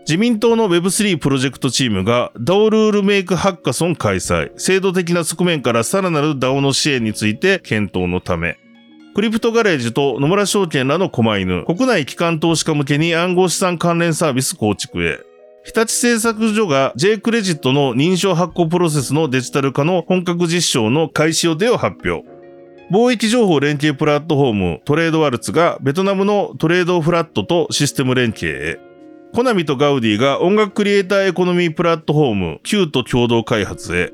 S1: 自民党の Web3 プロジェクトチームが DAO ルールメイクハッカソン開催。制度的な側面からさらなる DAO の支援について検討のため。クリプトガレージと野村証券らの狛犬、国内機関投資家向けに暗号資産関連サービス構築へ。日立製作所が J クレジットの認証発行プロセスのデジタル化の本格実証の開始予定を発表。貿易情報連携プラットフォームトレードワルツがベトナムのトレードフラットとシステム連携へ。コナミとガウディが音楽クリエイターエコノミープラットフォーム Q と共同開発へ。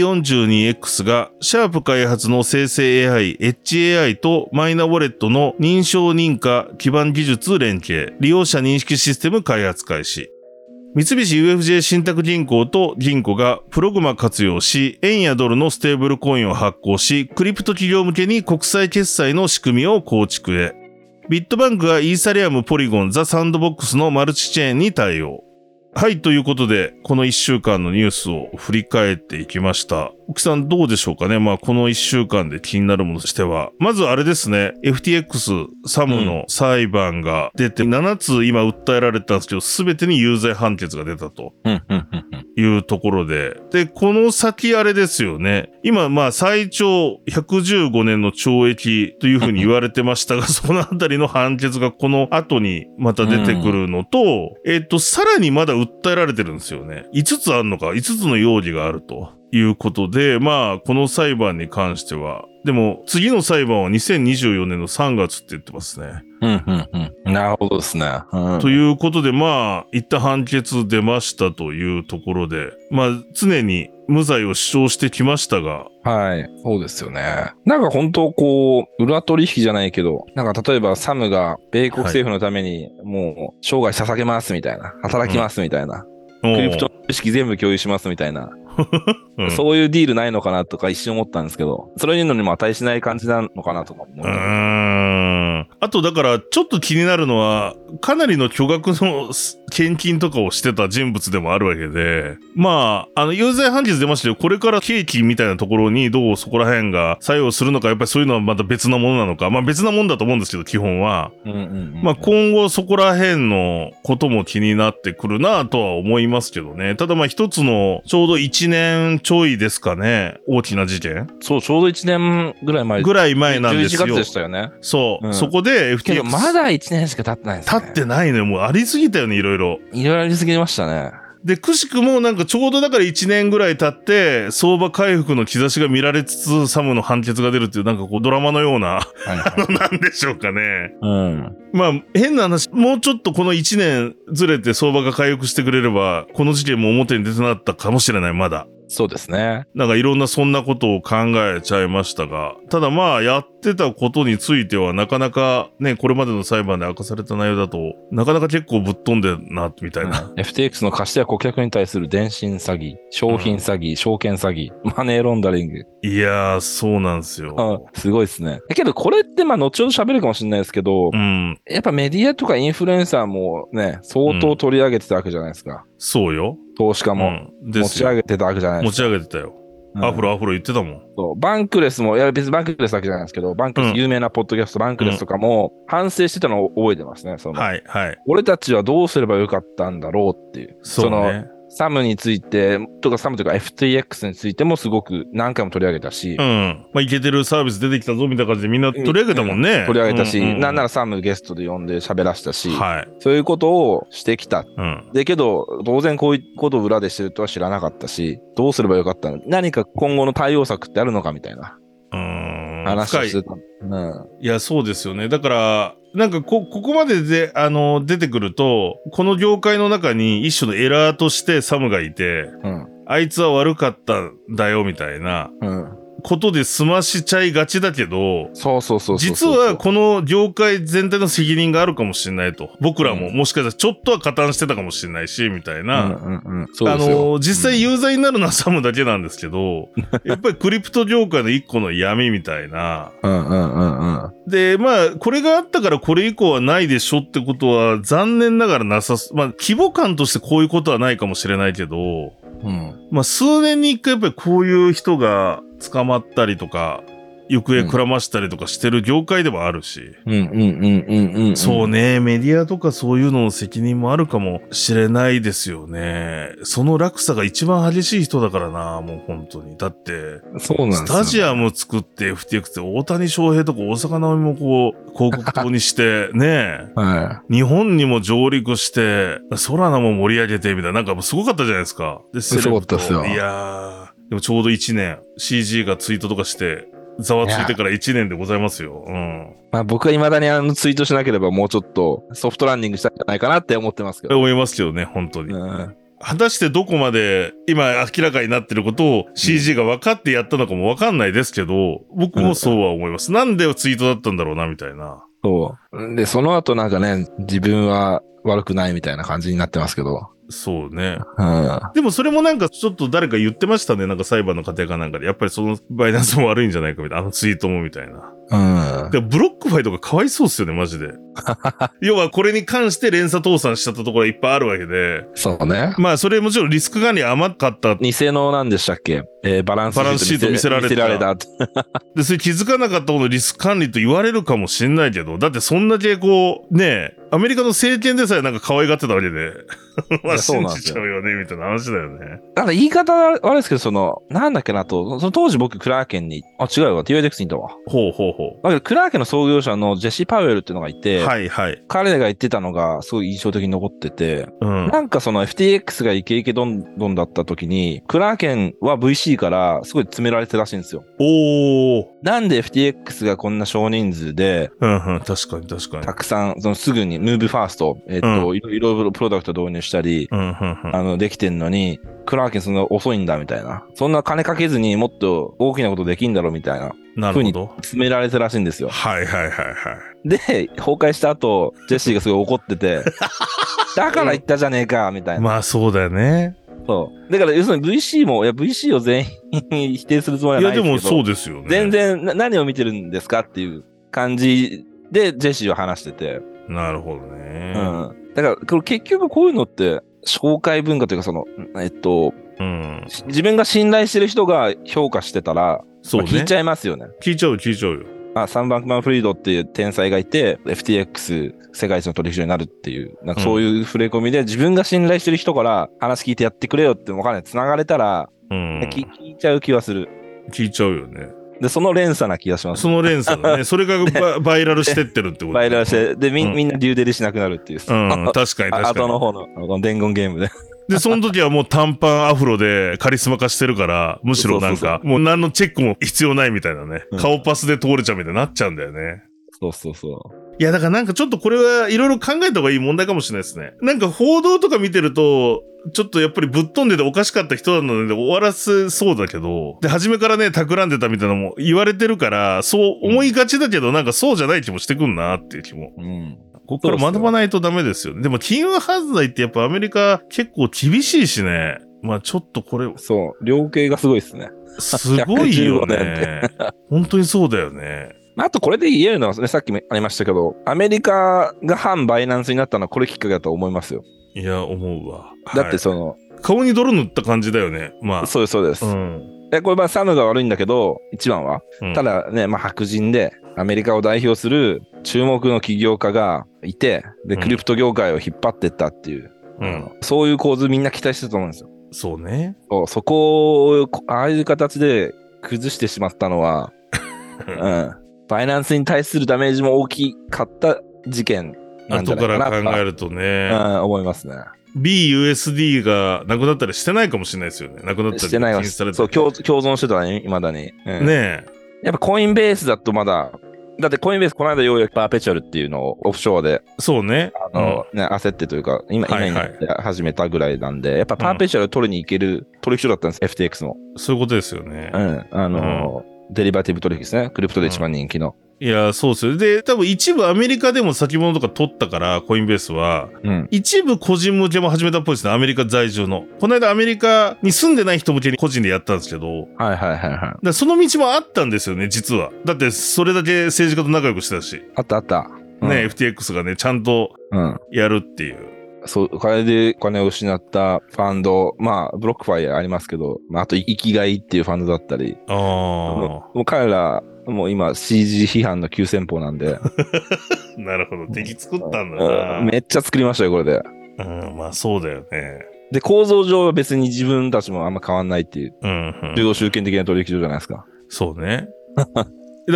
S1: A42X がシャープ開発の生成 AI、HAI とマイナウォレットの認証認可基盤技術連携、利用者認識システム開発開始。三菱 UFJ 信託銀行と銀行がプログマ活用し、円やドルのステーブルコインを発行し、クリプト企業向けに国際決済の仕組みを構築へ。ビットバンクがイーサリアム、ポリゴン、ザ・サンドボックスのマルチチェーンに対応。はい、ということで、この一週間のニュースを振り返っていきました。奥さんどうでしょうかねまあ、この一週間で気になるものとしては、まずあれですね、FTX サムの裁判が出て、7つ今訴えられたんですけど、すべてに有罪判決が出たと
S2: うんうんうんうん
S1: いうところで、で、この先あれですよね、今、まあ、最長115年の懲役というふうに言われてましたが、 そのあたりの判決がこの後にまた出てくるのと、えっと、さらにまだ訴えられてるんですよね。5つあるのか、5つの容疑があると。いうことで、まあ、この裁判に関しては、でも、次の裁判は2024年の3月って言ってますね。
S2: うんうんうんなるほどですね。うん
S1: ということで、まあ、一旦判決出ましたというところで、まあ、常に無罪を主張してきましたが、
S2: はい。そうですよね。なんか本当こう、裏取引じゃないけど、なんか例えばサムが米国政府のためにもう生涯捧げますみたいな、働きますみたいな、
S1: ク
S2: クリプトの知識全部共有しますみたいな、
S1: うん
S2: そういうディールないのかなとか一瞬思ったんですけど、それにのにも値しない感じなのかなとか思う
S1: うーん。あと、だから、ちょっと気になるのは、かなりの巨額の献金とかをしてた人物でもあるわけで、まあ、あの、有罪判決出ましたよ。これから刑期みたいなところに、どうそこら辺が作用するのか、やっぱりそういうのはまた別なものなのか、まあ別なもんだと思うんですけど、基本は。
S2: うんうんうん
S1: まあ、今後そこら辺のことも気になってくるなとは思いますけどね。ただまあ一つのちょうど1年ちょいですかね。大きな事件
S2: そう、ちょうど1年ぐらい前
S1: ぐらい前なんですよ。
S2: 11月でしたよね。
S1: そう、
S2: うん
S1: そこで
S2: け
S1: FTX。
S2: ど、まだ1年しか経ってないです
S1: 立
S2: ね。
S1: ってないね。もうありすぎたよね、いろいろ。
S2: いろいろありすぎましたね。
S1: で、くしくもなんかちょうどだから1年ぐらい経って、相場回復の兆しが見られつつ、サムの判決が出るっていう、なんかこうドラマのような、
S2: はいはい。
S1: なんでしょうかね。
S2: うん。
S1: まあ、変な話、もうちょっとこの1年ずれて相場が回復してくれれば、この事件も表に出てなったかもしれない、まだ。
S2: そうですね。
S1: なんかいろんなそんなことを考えちゃいましたが、ただまあ、やってたことについては、なかなかね、これまでの裁判で明かされた内容だと、なかなか結構ぶっ飛んでんな、みたいな。
S2: FTX の貸し手や顧客に対する電信詐欺、商品詐欺、証券詐欺、マネーロンダリング。
S1: いやー、そうなんですよ。
S2: あすごいですね。だけど、これって、まあ、後ほど喋るかもしれないですけど
S1: う、ん、
S2: やっぱメディアとかインフルエンサーもね、相当取り上げてたわけじゃないですか。
S1: そうよ。
S2: 投資家
S1: う
S2: も
S1: ん、
S2: 持
S1: です
S2: ち
S1: よ
S2: 上げてたわけじゃないで
S1: 持
S2: す
S1: ち上げてたよ。
S2: か。
S1: アフロアフロ言ってたもん。
S2: そうバンクレスも、いや別にバンクレスだけじゃないですけど、バンクレ
S1: う
S2: ス、
S1: ん
S2: 有名なポッドキャスト、バンクレスとかも、反省してたのを覚えてますね。その
S1: はい、はい。
S2: 俺たちはどうすればよかったんだろうっていう。
S1: そうね。
S2: サムについて、とかサムとか FTX についてもすごく何回も取り上げたし、
S1: うん。まあ、いけてるサービス出てきたぞ、みたいな感じでみんな取り上げたもんね。
S2: 取り上げたし、
S1: ううう
S2: なんならサムゲストで呼んで喋らせたし、
S1: はい。
S2: そういうことをしてきた。
S1: うん。
S2: で、けど、当然こういうことを裏でしてるとは知らなかったし、どうすればよかったの何か今後の対応策ってあるのかみたいな
S1: うーん。
S2: 話を
S1: 深い
S2: してた。うん。
S1: いや、そうですよね。だから、なんかこ、ここまでで、あの、出てくると、この業界の中に一種のエラーとしてサムがいて、
S2: うん。
S1: あいつは悪かったんだよ、みたいな
S2: うん。
S1: ことで済ましちゃいがちだけど、
S2: そうそうそうそうそう。
S1: 実はこの業界全体の責任があるかもしれないと。僕らも
S2: う
S1: もしかしたらちょっとは加担してたかもしれないし、みたいな。
S2: うんうんうん、そう
S1: あ
S2: ですよ
S1: のー実際有罪になるのはサムだけなんですけど、やっぱりクリプト業界の一個の闇みたいな。
S2: うんうんうんうん。
S1: で、まあ、これがあったからこれ以降はないでしょってことは残念ながらなさす。まあ、規模感としてこういうことはないかもしれないけど、
S2: うん。
S1: まあ、数年に一回やっぱりこういう人が捕まったりとか、行方くらましたりとかしてる業界ではあるし。
S2: うんうんうんうんうん。
S1: そうね、メディアとかそういうのの責任もあるかもしれないですよね。その落差が一番激しい人だからな、もう本当に。だって、
S2: そうなんです
S1: ス
S2: よ
S1: タジアム作って FTX って大谷翔平とか大坂なおみもこう、広告塔にして、 ね
S2: は
S1: 日本にも上陸して、ソラナも盛り上げて、みたいな、なんかもうすごかったじゃないですか。で、セレブと
S2: すごかったです
S1: い
S2: よ
S1: やー、でもちょうど1年、CG がツイートとかして、ざわついてから1年でございますよ。うん。
S2: い。まあ僕は未だにあのツイートしなければもうちょっとソフトランディングしたんじゃないかなって思ってますけど。
S1: 思いますけどね、本当に。
S2: うん。
S1: 果たしてどこまで今明らかになってることを CG が分かってやったのかも分かんないですけど、僕もそうは思います。なんでツイートだったんだろうな、みたいな。
S2: そう。で、その後なんかね、自分は悪くないみたいな感じになってますけど。
S1: そうね。
S2: うん。
S1: でもそれもなんかちょっと誰か言ってましたね。なんか裁判の過程かなんかで。やっぱりそのバイナンスも悪いんじゃないかみたいな。あのツイートもみたいな。
S2: うん。
S1: でブロックファイとかかわいそうっすよね、マジで。 要はこれに関して連鎖倒産しちゃったところがいっぱいあるわけで。
S2: そうね。
S1: まあそれもちろんリスク管理甘かった
S2: 偽の何でしたっけ、えーバランス
S1: バランスシート見せられた
S2: 見せられたって。
S1: で、それ気づかなかったことのリスク管理と言われるかもしんないけど、だってそんだけこう、ねえ、アメリカの政権でさえなんか可愛がってたわけで、 まあ
S2: いやそう
S1: 信
S2: なんで
S1: じ
S2: す
S1: ち
S2: よ
S1: ゃうよね、みたいな話だよね。
S2: なんか言い方は悪いですけど、その、なんだっけなと、その当時僕クラーケンに、あ、違うわ、TYDX にいたわ。
S1: ほうほうほ。
S2: だけど、クラーケンの創業者のジェシー・パウエルっていうのがいうて、
S1: はいはい。
S2: 彼が言ってたのがすごい印象的に残ってて、
S1: うん。
S2: なんかその FTX がイケイケどんどんだった時に、クラーケンは VC からすごい詰められてたらしいんですよ。
S1: おー。
S2: なんで FTX がこんな少人数で、
S1: うんうん、確かに確かに
S2: た。くさん、そのすぐにムーブファースト、えっと、いろいろプロダクト導入したり、
S1: うんうんうん。
S2: あの、できてんのに、クラーケンそんな遅いんだみたいな。そんな金かけずにもっと大きなことできんだろうみたいな。
S1: なるほど。
S2: 詰められてたらしいんですよ。
S1: はいはいはいはい。
S2: で、崩壊した後、ジェシーがすごい怒っ てて、だから言ったじゃねえか、みたいな。
S1: まあそうだよね。
S2: そう。だから、要するに VC も、いや、VC を全員否定するつも
S1: い
S2: りは
S1: や
S2: ない
S1: で
S2: ですけど。
S1: もそうですよね。
S2: 全。然な、何を見てるんですかっていう感じで、ジェシーは話してて。
S1: なるほど
S2: う
S1: ね。
S2: ん。だから、これ結局こういうのって、紹介文化というか、その、えっと、
S1: うん。
S2: し自分が信頼してる人が評価してたら、
S1: そう
S2: まあ聞
S1: ね
S2: い。ちゃいますよね。
S1: 聞いちゃう聞いちゃうよ。
S2: あ、サンバンクマンフリードっていう天才がいて、FTX 世界一の取引所になるっていう、なんかそういう触れ込みで、自分が信頼してる人から話聞いてやってくれよってわかんない。繋がれたら、
S1: うん。
S2: き聞いちゃう気はする。
S1: 聞いちゃうよね。
S2: で、その連鎖な気がします。
S1: その連鎖 だね。それがババイラルしてってるってことだね
S2: バイラルして、で、み,、
S1: うん
S2: ん、みんなデューデリしなくなるっていう。
S1: うん、確かに確
S2: あ
S1: か
S2: 後
S1: に。
S2: の方のあの伝言ゲームで。
S1: で、その時はもう短パンアフロでカリスマ化してるから、むしろなん
S2: そうそ
S1: か、
S2: う
S1: もう何のチェックも必要ないみたいなね
S2: う。ん
S1: 顔パスで通れちゃうみたいになっちゃうんだよね。
S2: そうそうそう。
S1: いや、だからなんかちょっとこれはいろいろ考えた方がいい問題かもしれないですね。なんか報道とか見てると、ちょっとやっぱりぶっ飛んでておかしかった人なので終わらせそうだけど、で、初めからね、企んでたみたいなのも言われてるから、そう思いがちだけど、なんかそうじゃない気もしてくんなっていう気も。
S2: うん。
S1: ここから学ばないとダメですよね。でも金融犯罪ってやっぱアメリカ結構厳しいしね。まあちょっとこれ、
S2: そう。量刑がすごいですね。
S1: すごいよ ね。本当にそうだよね。
S2: まああとこれで言えるのは、ね、さっきもありましたけど、アメリカが反バイナンスになったのはこれきっかけだと思いますよ。
S1: いや、思うわ。
S2: だって
S1: はい
S2: その、
S1: 顔に泥塗った感じだよね。まあ。
S2: そうですそうです。
S1: ん。
S2: えこれまあサムが悪いんだけど、一番は。
S1: うん
S2: ただね、まあ白人で、アメリカを代表する注目の起業家がいて、で、
S1: うん
S2: クリプト業界を引っ張ってったっていう、
S1: うん。
S2: そういう構図みんな期待してたと思うんですよ。
S1: そうね。
S2: そうそこを、こああいう形で崩してしまったのは、うん。バイナンスに対するダメージも大きかった事件なんじゃ
S1: 後
S2: ない
S1: か
S2: かな
S1: ら考え
S2: る。
S1: ると
S2: う
S1: ね、
S2: ん、思いますね。
S1: BUSD がなくなったりしてないかもしれないですよね。なくなったり
S2: してない
S1: 禁
S2: わ。
S1: 止された
S2: そう、
S1: り。
S2: 共共存してたね、いまだに。うん
S1: ねえ。
S2: やっぱコインベースだとまだ、だってコインベースこの間ようやくパーペチュアルっていうのをオフショアで、
S1: そうね。
S2: あの、ね、焦ってというか、今、今
S1: はい
S2: に
S1: は
S2: ないって始めたぐらいなんで、やっぱパーペチュアル取りに行ける取引所だったんです、FTX の。
S1: うんそういうことですよね
S2: う。ん。あの、デリバティブ取引ですね。クリプトで一番人気の。
S1: いや、そうですよ。で、多分一部アメリカでも先物とか取ったから、コインベースは、
S2: うん。
S1: 一部個人向けも始めたっぽいですね。アメリカ在住の。この間アメリカに住んでない人向けに個人でやったんですけど、だか
S2: はいはいはいはい。
S1: らその道もあったんですよね、実は。だって、それだけ政治家と仲良くしてたし、
S2: あったあった。うん
S1: ね、FTX がね、ちゃんと
S2: うん。
S1: やるっていう。
S2: そう、お金でお金を失ったファンド、まあ、ブロックファイアありますけど、まあ、あと、生きがいっていうファンドだったり、
S1: あ
S2: もうもう彼ら、もう今 CG 批判の急先鋒なん で、
S1: あ、なるほど。敵作ったんだ
S2: う
S1: な。
S2: んめっちゃ作りましたよ、これで。
S1: うん、まあそうだよね。
S2: で、構造上は別に自分たちもあんま変わんないっていう、
S1: うん、う
S2: 中
S1: ん。
S2: 道集権的な取引所じゃないですか。
S1: そうね。 だ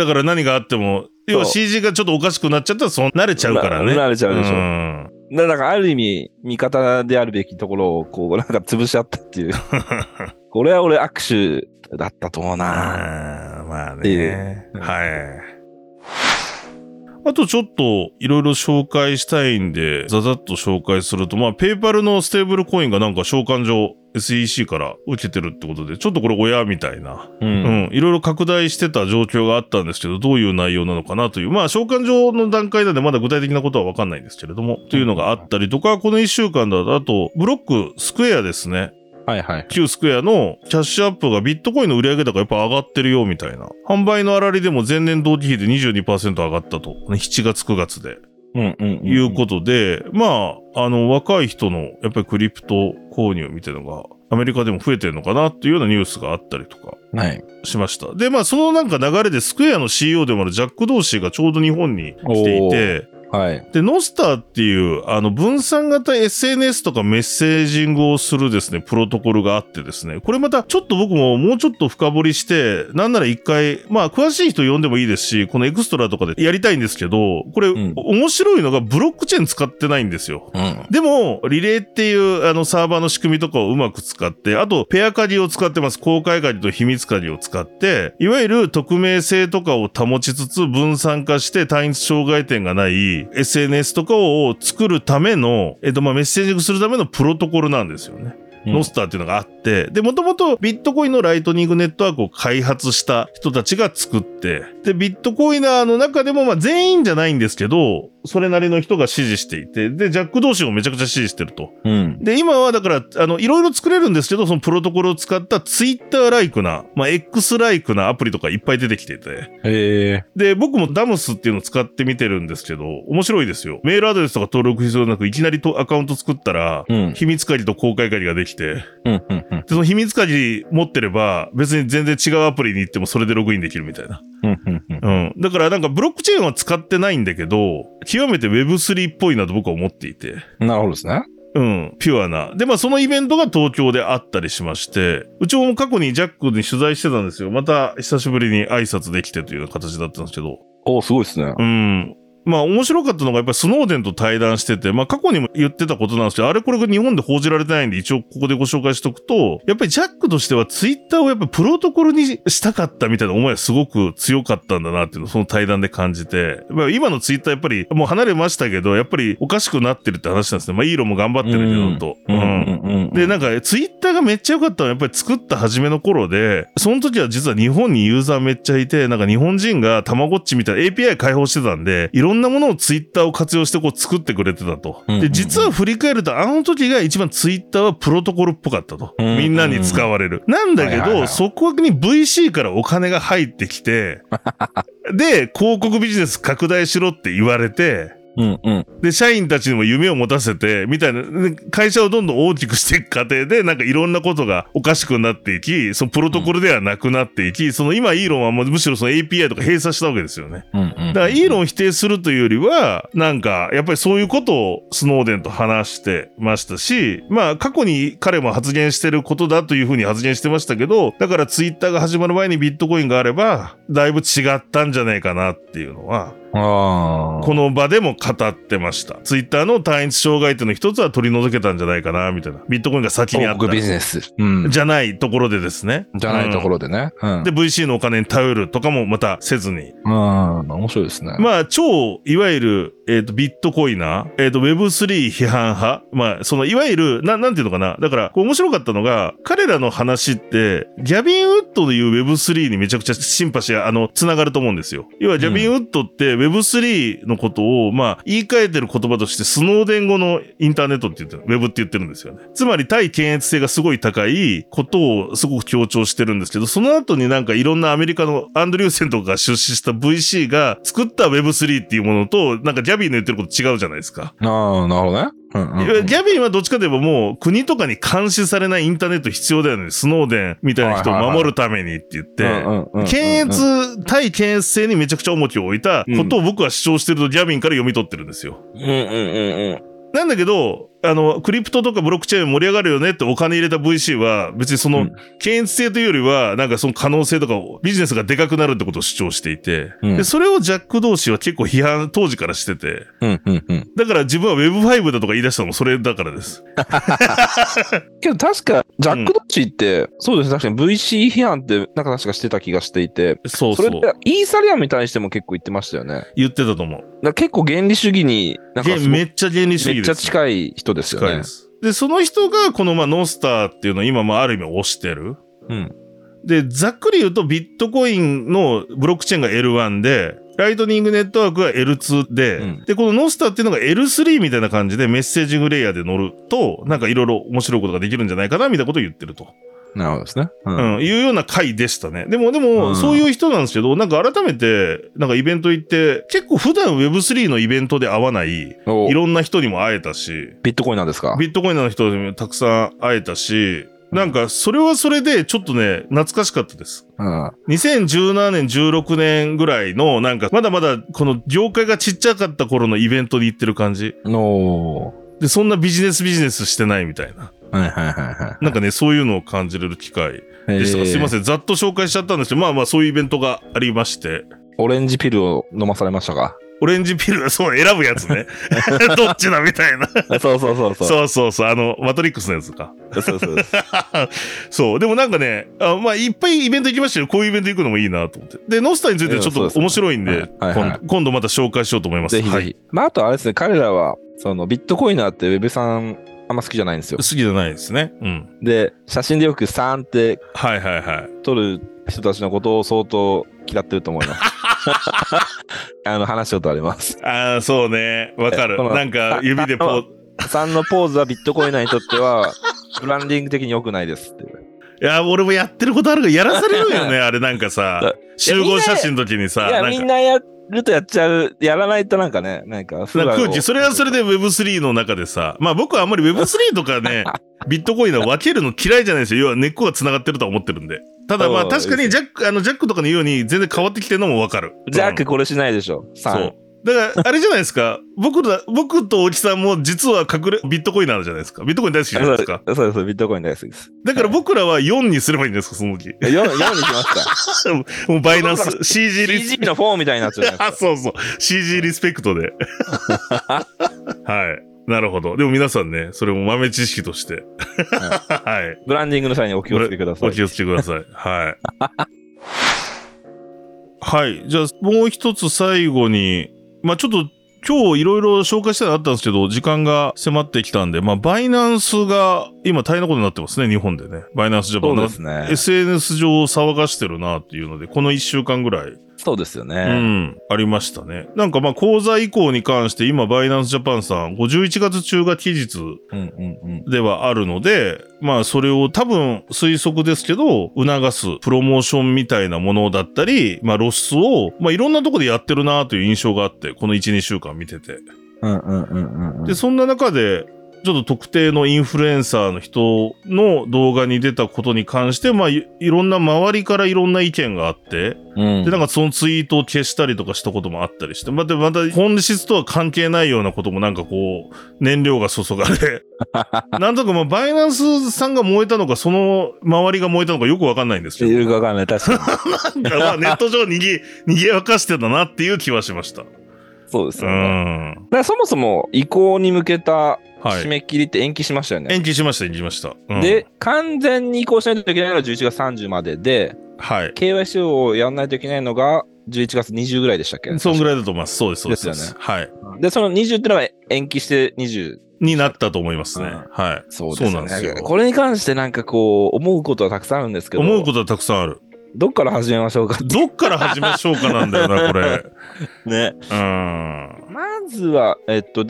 S1: から何があっても、要は
S2: そう
S1: CG がちょっとおかしくなっちゃったら、そう慣れちゃうからね。
S2: な慣れちゃうでしょ
S1: ん
S2: だだから、ある意味、味方であるべきところを、こう、なんか潰し合ったって いう。これは俺、握手だったと思うな。
S1: あーまあ
S2: いい
S1: ね
S2: ね。
S1: はい。あとちょっといろいろ紹介したいんで、ざざっと紹介すると、まあ、ペイパルのステーブルコインがなんか召喚状 SEC から受けてるってことで、ちょっとこれ親みたいな、
S2: う。
S1: うんん、いろいろ拡大してた状況があったんですけど、どういう内容なのかなという、まあ、召喚状の段階なんでまだ具体的なことはわかんないんですけれども、というのがあったりとか、この1週間だと、あと、ブロックスクエアですね。
S2: はいはい。
S1: 旧スクエアのキャッシュアップがビットコインの売上高やっぱ上がってるよみたいな。販売の粗利でも前年同期比で22%上がったと。7月9月で。
S2: うんうん、うん。
S1: いうことで、まあ、あの、若い人のやっぱりクリプト購入みたいのがアメリカでも増えてるのかなっていうようなニュースがあったりとか。
S2: と。はい。
S1: しました。で、まあ、そのなんか流れでスクエアの CEO でもあるジャック・ドーシーがちょうど日本に来ていて、
S2: はい。
S1: で、ノスターっていう、あの、分散型 SNS とかメッセージングをするですね、プロトコルがあってですね、これまたちょっと僕ももうちょっと深掘りして、なんなら一回、まあ、詳しい人呼んでもいいですし、このエクストラとかでやりたいんですけど、これ、
S2: ん
S1: 面白いのがブロックチェーン使ってないんですよ。
S2: うん。
S1: でも、リレーっていうあのサーバーの仕組みとかをうまく使って、あと、ペア鍵を使ってます。公開鍵と秘密鍵を使って、いわゆる匿名性とかを保ちつつ分散化して単一障害点がない SNS とかを作るための、えっと、まあ、メッセージングするためのプロトコルなんですよね。
S2: うん
S1: ノスターっていうのがあって、で、もともとビットコインのライトニングネットワークを開発した人たちが作って、で、ビットコイナーの中でも、まあ全員じゃないんですけど、それなりの人が支持していて、で、ジャック同士をめちゃくちゃ支持してると。
S2: うん。
S1: で、今はだから、あの、いろいろ作れるんですけど、そのプロトコルを使ったツイッターライクな、まあ X ライクなアプリとかいっぱい出てきてて、
S2: へえ。
S1: で、僕もダムスっていうのを使ってみてるんですけど、面白いですよ。メールアドレスとか登録必要なく、いきなりとアカウント作ったら、
S2: うん。
S1: 秘密鍵と公開鍵ができて、
S2: うん。うん。うん
S1: で、その秘密鍵持ってれば、別に全然違うアプリに行ってもそれでログインできるみたいな。
S2: うん。うん。
S1: うん。だからなんかブロックチェーンは使ってないんだけど、極めて Web3 っぽいなと僕は思っていて。
S2: なるほどですね。
S1: うん、ピュアな。で、まあ、そのイベントが東京であったりしまして、うちも過去にジャックに取材してたんですよ。また、久しぶりに挨拶できてというような形だったんですけど、
S2: おーすごいですね。
S1: うん。まあ面白かったのがやっぱりスノーデンと対談してて、まあ過去にも言ってたことなんですけど、あれこれが日本で報じられてないんで一応ここでご紹介しとくと、やっぱりジャックとしてはツイッターをやっぱプロトコルにしたかったみたいな思いはすごく強かったんだなっていうのをその対談で感じて、まあ今のツイッターやっぱりもう離れましたけど、やっぱりおかしくなってるって話なんですね。まあイーロンも頑張ってるけどと。うん
S2: うん
S1: で、なんか、ツイッターがめっちゃ良かったのは、やっぱり作った初めの頃で、その時は実は日本にユーザーめっちゃいて、なんか日本人がたまごっちみたいな API 開放してたんで、いろんなものをツイッターを活用してこう作ってくれてたと。
S2: うんうんう
S1: で、
S2: ん
S1: 実は振り返ると、あの時が一番ツイッターはプロトコルっぽかったと。
S2: うんうんうん
S1: みんなに使われる。なんだけ
S2: はいはいは
S1: ど、
S2: い
S1: そこに VC からお金が入ってきて、 で、広告ビジネス拡大しろって言われて、
S2: うんうん。
S1: で、社員たちにも夢を持たせて、みたいな、で会社をどんどん大きくしていく過程で、なんかいろんなことがおかしくなっていき、そのプロトコルではなくなっていき、その今イーロンはもうむしろその API とか閉鎖したわけですよね。
S2: うんうん。
S1: だからイーロンを否定するというよりは、なんか、やっぱりそういうことをスノーデンと話してましたし、まあ過去に彼も発言してることだというふうに発言してましたけど、だからツイッターが始まる前にビットコインがあれば、だいぶ違ったんじゃないかなっていうのは、
S2: ああ。
S1: この場でも語ってました。ツイッターの単一障害点の一つは取り除けたんじゃないかな、みたいな。ビットコインが先にあった
S2: 広告。ビジネス。うん。
S1: じゃないところでですね。
S2: じゃないとこ
S1: ろ。
S2: ろでね。うん。
S1: で、VC のお金に頼るとかもまたせずに。
S2: うん。面白いですね。
S1: まあ、超、いわゆる、えっ、と、ビットコイナー、えっ、と、Web3 批判派。まあ、その、いわゆる、な、なんていうのかな。だから、こう面白かったのが、彼らの話って、ギャビン・ウッドでいう Web3 にめちゃくちゃシンパシー、あの、つながると思うんですよ。要は、ギャビン・ウッドって Web3 のことを、まあ、言い換えてる言葉として、スノーデン語のインターネットって言ってる、Web って言ってるんですよね。つまり、対検閲性がすごい高いことをすごく強調してるんですけど、その後になんかいろんなアメリカのアンドリューセンとかが出資した VC が作った Web3 っていうものと、なんかギャビンの言ってること違うじゃないですか。
S2: ああ、なるほどね。うんうん
S1: いやギャビンはどっちかといえばもう国とかに監視されないインターネット必要だよね。スノーデンみたいな人を守るためにって言って。
S2: うん。
S1: 検閲、対検閲性にめちゃくちゃ重きを置いたことを僕は主張してるとギャビンから読み取ってるんですよ。
S2: うんうんうんうん。
S1: なんだけど、あの、クリプトとかブロックチェーン盛り上がるよねってお金入れた VC は、別にその
S2: うん、
S1: 検閲性というよりは、なんかその可能性とかを、ビジネスがでかくなるってことを主張していて、
S2: うん
S1: で、それをジャック同士は結構批判当時からしてて、
S2: うんうんうん。
S1: だから自分は Web5 だとか言い出したのもそれだからです。
S2: けど確か、ジャック・ドッチーって、そうですね、確かに VC 批判って、なんか確かしてた気がしていて、
S1: そう
S2: そ
S1: そ
S2: れ
S1: う
S2: っ。てイーサリアムに対しても結構言ってましたよね。だか
S1: 言ってたと思う。
S2: ら結構原理主義に、なんか
S1: げ
S2: すごい
S1: めっちゃ原理主義
S2: め
S1: で
S2: っ
S1: す。
S2: ちゃ近い人ですよ
S1: 近い
S2: ね
S1: で。す。で、その人が、この、まあ、ノースターっていうのを今、まあ、ある意味推してる。
S2: うん。
S1: で、ざっくり言うと、ビットコインのブロックチェーンが L1 で、ライトニングネットワークが L2 で、
S2: うん
S1: で、このノスターっていうのが L3 みたいな感じでメッセージングレイヤーで乗ると、なんかいろいろ面白いことができるんじゃないかな、みたいなことを言ってると。
S2: なるほどですね。う。
S1: うんん、いうような回でしたね。でも、で
S2: う
S1: も、
S2: ん
S1: そういう人なんですけど、なんか改めて、なんかイベント行って、結構普段 Web3 のイベントで会わない、
S2: お
S1: いろんな人にも会えたし、
S2: ビットコインなんですか
S1: ビットコインの人にもたくさん会えたし、なんか、それはそれで、ちょっとね、懐かしかったです。
S2: うん。
S1: 2017年、16年ぐらいの、なんか、まだまだ、この業界がちっちゃかった頃のイベントに行ってる感じ。
S2: お
S1: で、そんなビジネスビジネスしてないみたいな。
S2: ー。はいはいはいは
S1: なんかね、そういうのを感じれる機会
S2: い。
S1: でしたが、すいま
S2: ん。
S1: せん。ざっと紹介しちゃったんですけど、まあまあ、そういうイベントがありまして。
S2: オレンジピルを飲まされましたか
S1: オレンジピル、そう、選ぶやつね。 どっちだみたいな。
S2: そうそうそうそう。
S1: そうそうそう、あの、マトリックスのやつか。
S2: そうそうです。
S1: そう。でもなんかね、あまあ、いっぱいイベント行きましたよ。こういうイベント行くのもいいなと思って。で、ノスターについてち
S2: いやそ
S1: ょ
S2: う
S1: っ
S2: で
S1: と
S2: す
S1: 面白いんで、
S2: はいはいはい
S1: 今度今度また紹介しようと思います。
S2: ぜひぜ
S1: は
S2: ひ。
S1: い
S2: まあ、あとあれですね、彼らは、そのビットコイナーって Web さんあんま好きじゃないんですよ
S1: 好。きじゃないですね。うん。
S2: で、写真でよく3って
S1: はいはいはい。
S2: 撮る人たちのことを相当嫌ってると思 います。あの、話したことあります。
S1: ああ、そうね。わかる。
S2: えこの
S1: なんか、指でポ
S2: あ
S1: ー、
S2: 3のポーズはビットコイナーにとっては、ブランディング的に良くないですっていう。
S1: いや、俺もやってることあるから、やらされるよね。あれなんか さ、集合写真の時にさ、
S2: いや、
S1: なん
S2: み
S1: か
S2: ん、なやるとやっちゃう、やらないとなんかね、なんか、
S1: なんか空気、それはそれで
S2: で。
S1: Web3 の中でさ、まあ僕はあんまり Web3 とか ね、ビットコインの分けるの嫌いじゃないですよ。要は根っこが繋がってるとは思ってるんで。ただまあ
S2: そう
S1: 確かにジャック、あのジャックとかのように全然変わってきてるのもわかる。
S2: ジャッ
S1: う
S2: ク
S1: ん
S2: これしないでしょ、
S1: そ
S2: 3
S1: う。だから、あれじゃないですか。僕ら、僕と大木さんも実は隠れ、ビットコインなんじゃないですか。ビットコイン大好きじゃないですか。
S2: そうそうです、ビットコイン大好きです。
S1: だから僕らは4にすればいいんですか、その時。
S2: 4, 4に来ました。
S1: もうバイナンス、CG リス
S2: CG の4みたいになっち ゃうじゃない
S1: あ、
S2: です
S1: そうそう。CG リスペクト で。はい。なるほど。でも皆さんね、それも豆知識として。 はい。
S2: か。ブランディングの際にお気をつけください。
S1: お気をつけください。はい。はい。じゃあ、もう一つ最後に、まあちょっと、今日いろいろ紹介したいのあったんですけど、時間が迫ってきたんで、まあバイナンスが今大変なことになってますね、日本でね。バイナンスジャパ
S2: そ
S1: ン
S2: う
S1: な
S2: で
S1: んか
S2: すね。
S1: SNS 上を騒がしてるなっていうので、この一週間ぐらい、
S2: そうですよ
S1: う
S2: ね。
S1: ん、ありましたね。なんかまあ講座以降に関して、今バイナンスジャパンさん、51月中が期日
S2: うん、うん、うん。
S1: ではあるので、まあそれを多分推測ですけど、促すプロモーションみたいなものだったり、まあ露出を、まあいろんなとこでやってるなという印象があって、この1、2週間見てて。
S2: うん、うん、うん、うん。
S1: で、そんな中で、ちょっと特定のインフルエンサーの人の動画に出たことに関して、まあいいろんな周りからいろんな意見があって、
S2: うん、
S1: で、なんかそのツイートを消したりとかしたこともあったりして、また、また本質とは関係ないようなこともなんかこう、燃料が注が れ、なんとなくまあ、バイナンスさんが燃えたのか、その周りが燃えたのかよくわかんないんですけ
S2: い
S1: ど、
S2: るかわかんない。確かに。
S1: なんかまあ、ネット上にぎ、 にぎやかしてたなっていう気はしました。う
S2: そうですよね。
S1: ん。
S2: だからそもそも移行に向けた
S1: は
S2: 締
S1: い。
S2: め切りって延期しましたよね。
S1: 延期しました、延期しました。うん、
S2: で、完全に移行しないといけないのが11月30までで、
S1: はい。
S2: KYC をやらないといけないのが11月20ぐらいでしたっけ
S1: そんぐらいだと思います。そうです、そうです。
S2: ですよ
S1: はい。
S2: で、その20ってのは延期して20。
S1: になったと思いますね。
S2: うん
S1: はい。
S2: そうで
S1: ですすね
S2: よね。これに関してなんかこう、思うことはたくさんあるんですけど、
S1: 思うことはたくさんある。
S2: どっから始めましょうか
S1: どっから始めましょうかなんだよな、これ。
S2: ね。
S1: うん。
S2: まずは、えっと、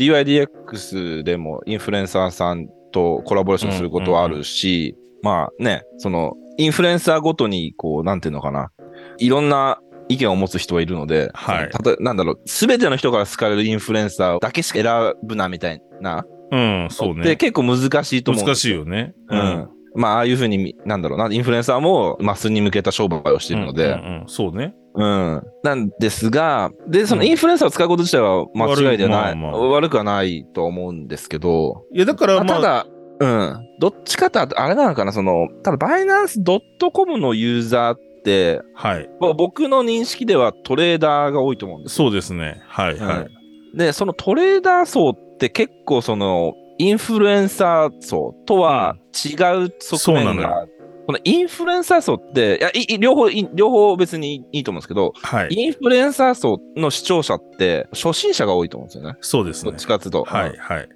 S2: DYDX でもインフルエンサーさんとコラボレーションすることはあるし、まあね、その、インフルエンサーごとに、こう、なんていうのかな、いろんな意見を持つ人はいるので、
S1: はい
S2: そのたとなんだろう、すべての人から好かれるインフルエンサーだけしか選ぶな、みたいな。
S1: うん、そう
S2: で、
S1: ね。
S2: 結構難しいと思うんで
S1: 難
S2: す
S1: しいよね。
S2: うん。まあ、ああいうふうに、なんだろうな、インフルエンサーもマスに向けた商売をしているの
S1: うん
S2: で、
S1: うんうんそうね。
S2: うん、なんですが、で、その
S1: うん
S2: インフルエンサーを使うこと自体は間違いではない、
S1: 悪いまあまあ
S2: 悪くはないと思うんですけど、
S1: いや、だか
S2: ま
S1: ら、
S2: あ、
S1: ま
S2: た
S1: あ、
S2: だ、うん、どっちかってあとあれなのかな、その、ただ、バイナンス .com のユーザーって、
S1: はい。
S2: まあ僕の認識ではトレーダーが多いと思うんですよ
S1: そうですね。はい、は
S2: う
S1: い。
S2: んで、そのトレーダー層って結構そのインフルエンサー層とは違う側
S1: そうな
S2: 面
S1: の
S2: が、このインフルエンサー層って、いや、いい両方、い両方別にいいと思うんですけど、
S1: はい。
S2: インフルエンサー層の視聴者って初心者が多いと思うんですよね。
S1: そうです
S2: どっ
S1: ね。
S2: ちかっていうと。
S1: はい、はい。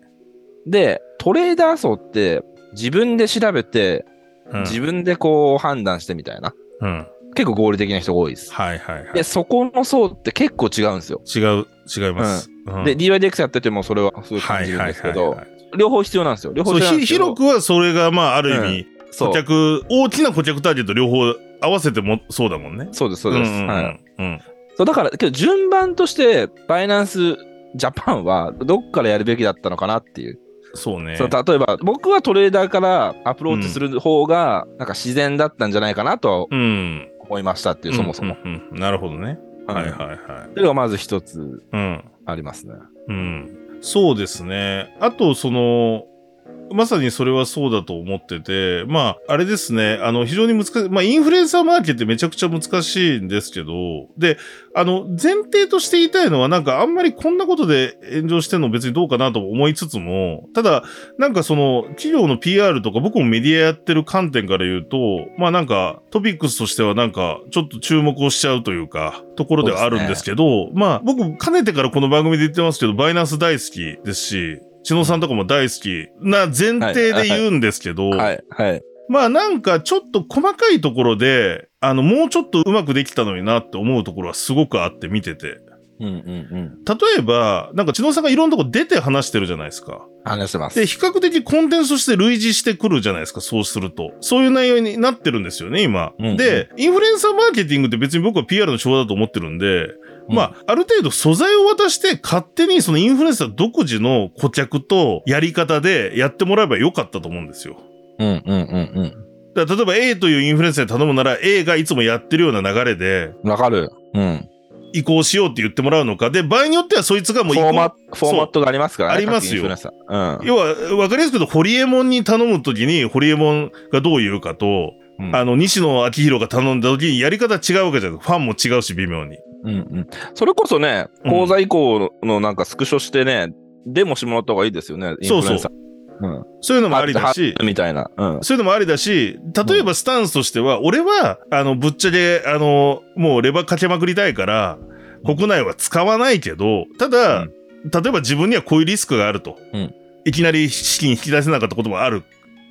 S2: で、トレーダー層って自分で調べて、
S1: うん
S2: 自分でこう判断してみたいな。
S1: うん。
S2: 結構合理的な人が多いです。
S1: はい、はい、は
S2: で、
S1: い。
S2: そこの層って結構違うんですよ。
S1: 違う、違います。うん
S2: で、DYDX やっててもそれはすごい
S1: は
S2: 感じ
S1: い、
S2: るん
S1: はい、
S2: ですけ
S1: はい
S2: ど
S1: は、い。
S2: 両方必要なんですよ。両方
S1: そう
S2: 必要なん
S1: ひ
S2: ですけど
S1: 広くはそれが、まあ、ある意味、
S2: そ
S1: 顧
S2: う
S1: 客、大きな顧客ターゲット両方合わせても、そうだもんね。
S2: そうです、そうです。
S1: んん
S2: は
S1: ん
S2: い、
S1: うん。
S2: そうだから、けど順番として、バイナンスジャパンはどっからやるべきだったのかなっていう。
S1: そうね。
S2: その例えば、僕はトレーダーからアプローチする方が、なんか自然だったんじゃないかなと
S1: うん。
S2: は思いましたっていう、そもそも。
S1: うん。うんうんなるほどね。はい、はい、
S2: うん
S1: はい
S2: そ。れがまず一つ
S1: うん。
S2: ありますね。
S1: うん、そうですね。あと、その、まさにそれはそうだと思ってて、まあ、あれですね、あの、非常に難しい、まあ、インフルエンサーマーケットってめちゃくちゃ難しいんですけど、で、あの、前提として言いたいのは、なんかあんまりこんなことで炎上してんの別にどうかなとも思いつつも、ただ、なんかその、企業の PR とか僕もメディアやってる観点から言うと、まあなんか、トピックスとしてはなんか、ちょっと注目をしちゃうというか、ところではあるんですけど、まあ僕、かねてからこの番組で言ってますけど、バイナンス大好きですし、千野さんとかも大好きな前提で言うんですけど、
S2: はい、はい。
S1: まあなんかちょっと細かいところで、あの、もうちょっとうまくできたのになって思うところはすごくあって見てて。
S2: うんうんうん。
S1: 例えば、なんか千野さんがいろんなとこ出て話してるじゃないですか。
S2: 話してます。
S1: で、比較的コンテンツとして類似してくるじゃないですか、そうすると。そういう内容になってるんですよね、今。
S2: うんうん
S1: で、インフルエンサーマーケティングって別に僕は PR の手法だと思ってるんで、まあ、ある程度素材を渡して勝手にそのインフルエンサー独自の顧客とやり方でやってもらえばよかったと思うんですよ。
S2: うんうんうん
S1: だから例えば A というインフルエンサーに頼むなら A がいつもやってるような流れで、
S2: うん。わかる。うん。
S1: 移行しようって言ってもらうのか。で、場合によってはそいつがもう移
S2: フォーマ
S1: 行。
S2: フォーマットがありますからね。
S1: ありますよ
S2: 各インフルエンサー
S1: 要は、わかりやすく言うと、ホリエモンに頼むときに、ホリエモンがどう言うかと、
S2: うん。うん
S1: あの、西野昭弘が頼んだときに、やり方違うわけじゃない。ファンも違うし、微妙に。
S2: うんうん、それこそね、
S1: うん
S2: 講座以降のなんかスクショしてね、デモしてもらった方がいいですよね、インフルエンサー。うん、
S1: そういうのもありだし、
S2: みたいな。うん。
S1: そういうのもありだし、例えばスタンスとしては、俺は、あの、ぶっちゃけ、あの、もうレバーかけまくりたいから、国内は使わないけど、ただ、
S2: うん
S1: 例えば自分にはこういうリスクがあると。
S2: うん
S1: いきなり資金引き出せなかったこともある。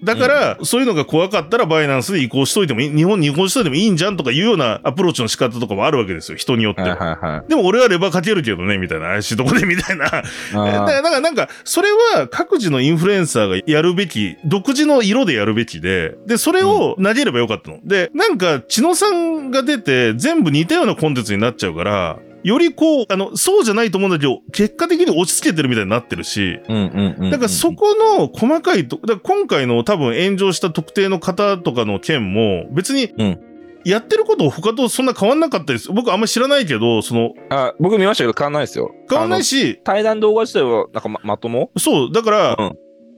S1: だから、そういうのが怖かったら、バイナンスで移行しといてもいい、日本に移行しといてもいいんじゃんとかいうようなアプローチの仕方とかもあるわけですよ、人によって
S2: はい
S1: は。
S2: はいはい。
S1: でも俺はレバーかけるけどね、みたいな、怪しいとこで、みたいな。えだ
S2: あ
S1: か
S2: ー
S1: らなんか、なんか、それは各自のインフルエンサーがやるべき、独自の色でやるべきで、で、それを投げればよかったの。で、なんか、千野さんが出て、全部似たようなコンテンツになっちゃうから、よりこう、あの、そうじゃないと思うんだけど、結果的に落ち着けてるみたいになってるし、
S2: うんうんうんうん。
S1: だからそこの細かいと、だから今回の多分炎上した特定の方とかの件も、別に
S2: うん、
S1: やってること他とそんな変わんなかったです。僕あんまり知らないけど、その、
S2: あ僕見ましたけど変わんないですよ。
S1: 変わんない
S2: し。
S1: し、
S2: 対談動画自体はなんかままとも
S1: そう、だから、
S2: うん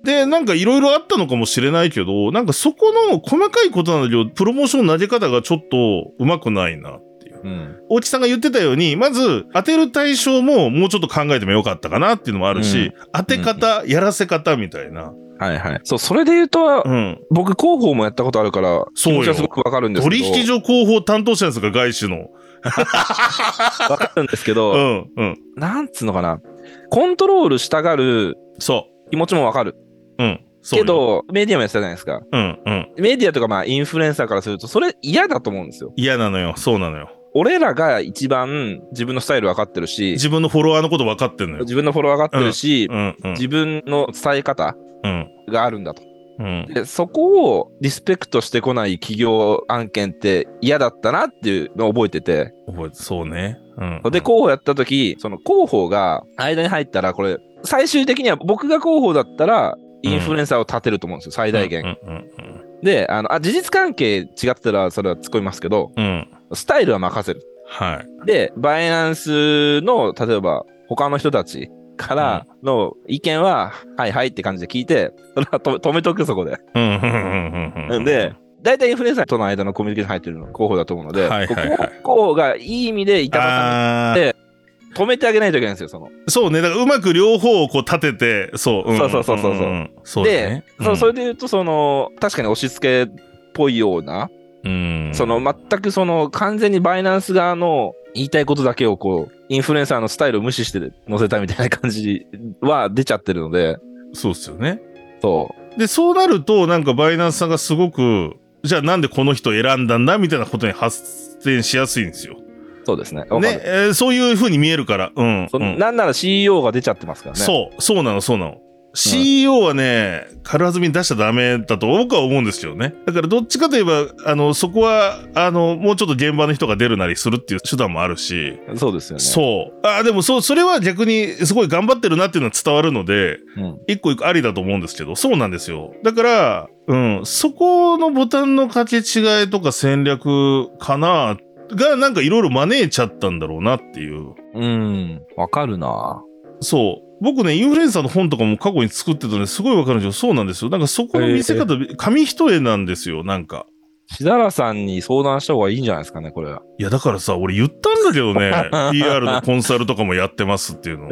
S1: で、なんかいろいろあったのかもしれないけど、なんかそこの細かいことなんだけど、プロモーションの投げ方がちょっとうまくないな。
S2: うん。
S1: 大木さんが言ってたように、まず当てる対象ももうちょっと考えてもよかったかなっていうのもあるし、当て方、やらせ方みたいな。
S2: はいはい。そう、それで言うと、
S1: うん。
S2: 僕広報もやったことあるから、
S1: そうよ
S2: 気持ちはすごくわかるんですけど。
S1: 取引所広報担当者ですか、外資の。
S2: わかるんですけ
S1: う
S2: ど、
S1: ん、うん。
S2: なんつうのかな。コントロールしたがる
S1: そ
S2: 気持ちもわかる。
S1: う。うん。そう
S2: け
S1: よ、
S2: ど、メディアもやってたじゃないですか。
S1: うん、うん。
S2: メディアとかまあインフルエンサーからすると、それ嫌だと思うんですよ。
S1: 嫌なのよ。そうなのよ。
S2: 俺らが一番自分のスタイル分かってるし、
S1: 自分のフォロワーのこと分かってんのよ。
S2: 自分のフォロワー分かってるし、
S1: うん、うん、
S2: 自分の伝え方
S1: うん、
S2: があるんだと。
S1: うん。
S2: で、そこをリスペクトしてこない企業案件って嫌だったなっていうのを覚えてて、
S1: 覚えて、そうね。うん。
S2: で、候補やった時、その候補が間に入ったら、これ、最終的には僕が候補だったら、インフルエンサーを立てると思うんですよ、最大限。
S1: うんうんうん
S2: で、あの、あ、事実関係違ってたら、それは突っ込みますけど、
S1: うん。うん。
S2: スタイルは任せる。
S1: はい。
S2: で、バイナンスの、例えば、他の人たちからの意見は、はいはいって感じで聞いて、それは止め止めとく、そこで。
S1: うんうんうんうんうん。
S2: なんで、大体インフルエンサーとの間のコミュニケーション入ってるの候補だと思うので、
S1: はいはいはい
S2: こう候補がいい意味で板挟
S1: あ
S2: で
S1: ー
S2: み止めてあげないといけないんですよ、その。
S1: そうね。だからうまく両方をこう立てて、そう。ん
S2: そうそうそうそうそうん
S1: んそうだ
S2: で
S1: ね。、
S2: そそれ
S1: れ、
S2: で言うと、その、確かに押し付けっぽいような、
S1: うん
S2: その、全くその、完全にバイナンス側の言いたいことだけをこう、インフルエンサーのスタイルを無視して載せたみたいな感じは出ちゃってるので、
S1: そうっすよね。
S2: そう。
S1: で、そうなると、なんかバイナンスさんがすごく、じゃあなんでこの人選んだんだみたいなことに発展しやすいんですよ。
S2: そうですね。わか
S1: ね
S2: る。
S1: えーそういう風に見えるから。うん。
S2: そ
S1: うん
S2: のなんなら CEO が出ちゃってますからね。
S1: そう、そうなの、そうなの。CEO はね、軽はずみに出しちゃダメだと僕は思うんですけどね。だからどっちかといえば、あの、そこは、あの、もうちょっと現場の人が出るなりするっていう手段もあるし、
S2: そうですよね。
S1: そう。あ、でもそう、それは逆にすごい頑張ってるなっていうのは伝わるので、
S2: うん
S1: 一個一個ありだと思うんですけど、そうなんですよ。だから、うん、そこのボタンの掛け違いとか戦略かな、がなんかいろいろ招いちゃったんだろうなっていう。
S2: うん。わかるな
S1: そう。僕ね、インフルエンサーの本とかも過去に作ってたのですごいわかるんですよ。そうなんですよ。なんかそこの見せ方、紙一重なんですよ、なんか。
S2: しだらさんに相談した方がいいんじゃないですかね、これは。
S1: いや、だからさ、俺言ったんだけど ね、PR のコンサルとかもやってますっていうの。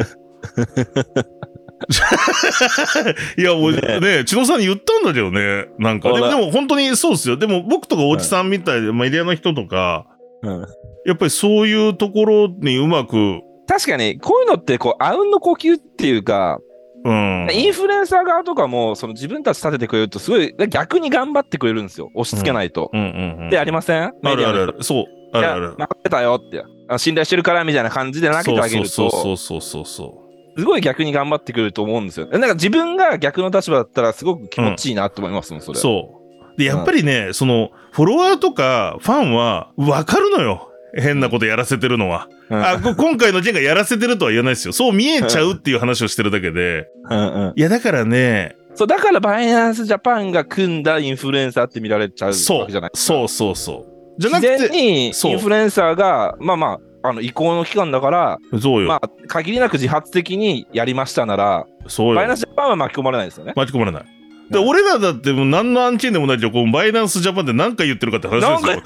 S1: いや、もうね、千野さんに言ったんだけどね、なんか。でも、
S2: ほら
S1: でも本当にそうですよ。でも僕とかおじさんみたいで、メディアの人とか、
S2: うん。
S1: やっぱりそういうところにうまく、
S2: 確かに、こういうのって、こう、あうんの呼吸っていうか、
S1: うん。
S2: インフルエンサー側とかも、その自分たち立ててくれると、すごい、逆に頑張ってくれるんですよ。押し付けないと。
S1: うんうんうん。
S2: で、ありません
S1: あるあるあ
S2: メディアの人
S1: る。そう。あるある
S2: いや。任せたよって。あ信頼してるからみたいな感じで投げてあげると。
S1: そうそうそうそうそう。
S2: すごい逆に頑張ってくれると思うんですよ。なんか自分が逆の立場だったらすごく気持ちいいなと思いますもん、それ。
S1: そう。で、やっぱりね、その、フォロワーとかファンは分かるのよ。変なことやらせてるのは。
S2: うん。
S1: あ、こ今回の件がやらせてるとは言わないですよ。そう見えちゃうっていう話をしてるだけで。
S2: うんうん。
S1: いや、だからね、
S2: そう、だからバイナンスジャパンが組んだインフルエンサーって見られちゃう
S1: そ
S2: わ
S1: う
S2: けじゃない。
S1: そうそうそう。じゃな
S2: 自
S1: く
S2: 然
S1: て、
S2: にイン
S1: そう
S2: フルエンサーが、まあまあ、あの移行の期間だから、
S1: そうよ。
S2: まあ、限りなく自発的にやりましたなら、
S1: そうよ。
S2: バイナンスジャパンは巻き込まれないですよね。
S1: 巻き込まれない。で、
S2: うん
S1: 俺らだってもう何の案件でもないけど、こうバイナンスジャパンで何回言ってるかって話
S2: な
S1: で
S2: ん
S1: す
S2: か
S1: よ。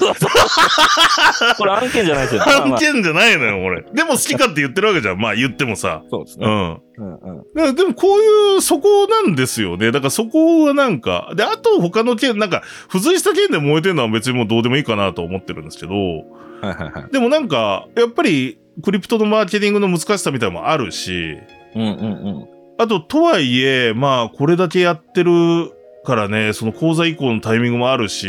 S2: これ案件じゃないですよ。まあま
S1: 案
S2: あ
S1: 件じゃないのよ、俺。でも好き勝手言ってるわけじゃん。まあ言ってもさ。
S2: そうです
S1: う
S2: ね。
S1: ん。
S2: うんうん
S1: だからでもこういう、そこなんですよね。だからそこはなんか、で、あと他の件、なんか、付随した件で燃えてるのは別にもうどうでもいいかなと思ってるんですけど、
S2: はいはいはい
S1: でもなんか、やっぱり、クリプトのマーケティングの難しさみたいのもあるし、
S2: うんうん
S1: あと、とはいえ、まあ、これだけやってるからね、その講座以降のタイミングもあるし、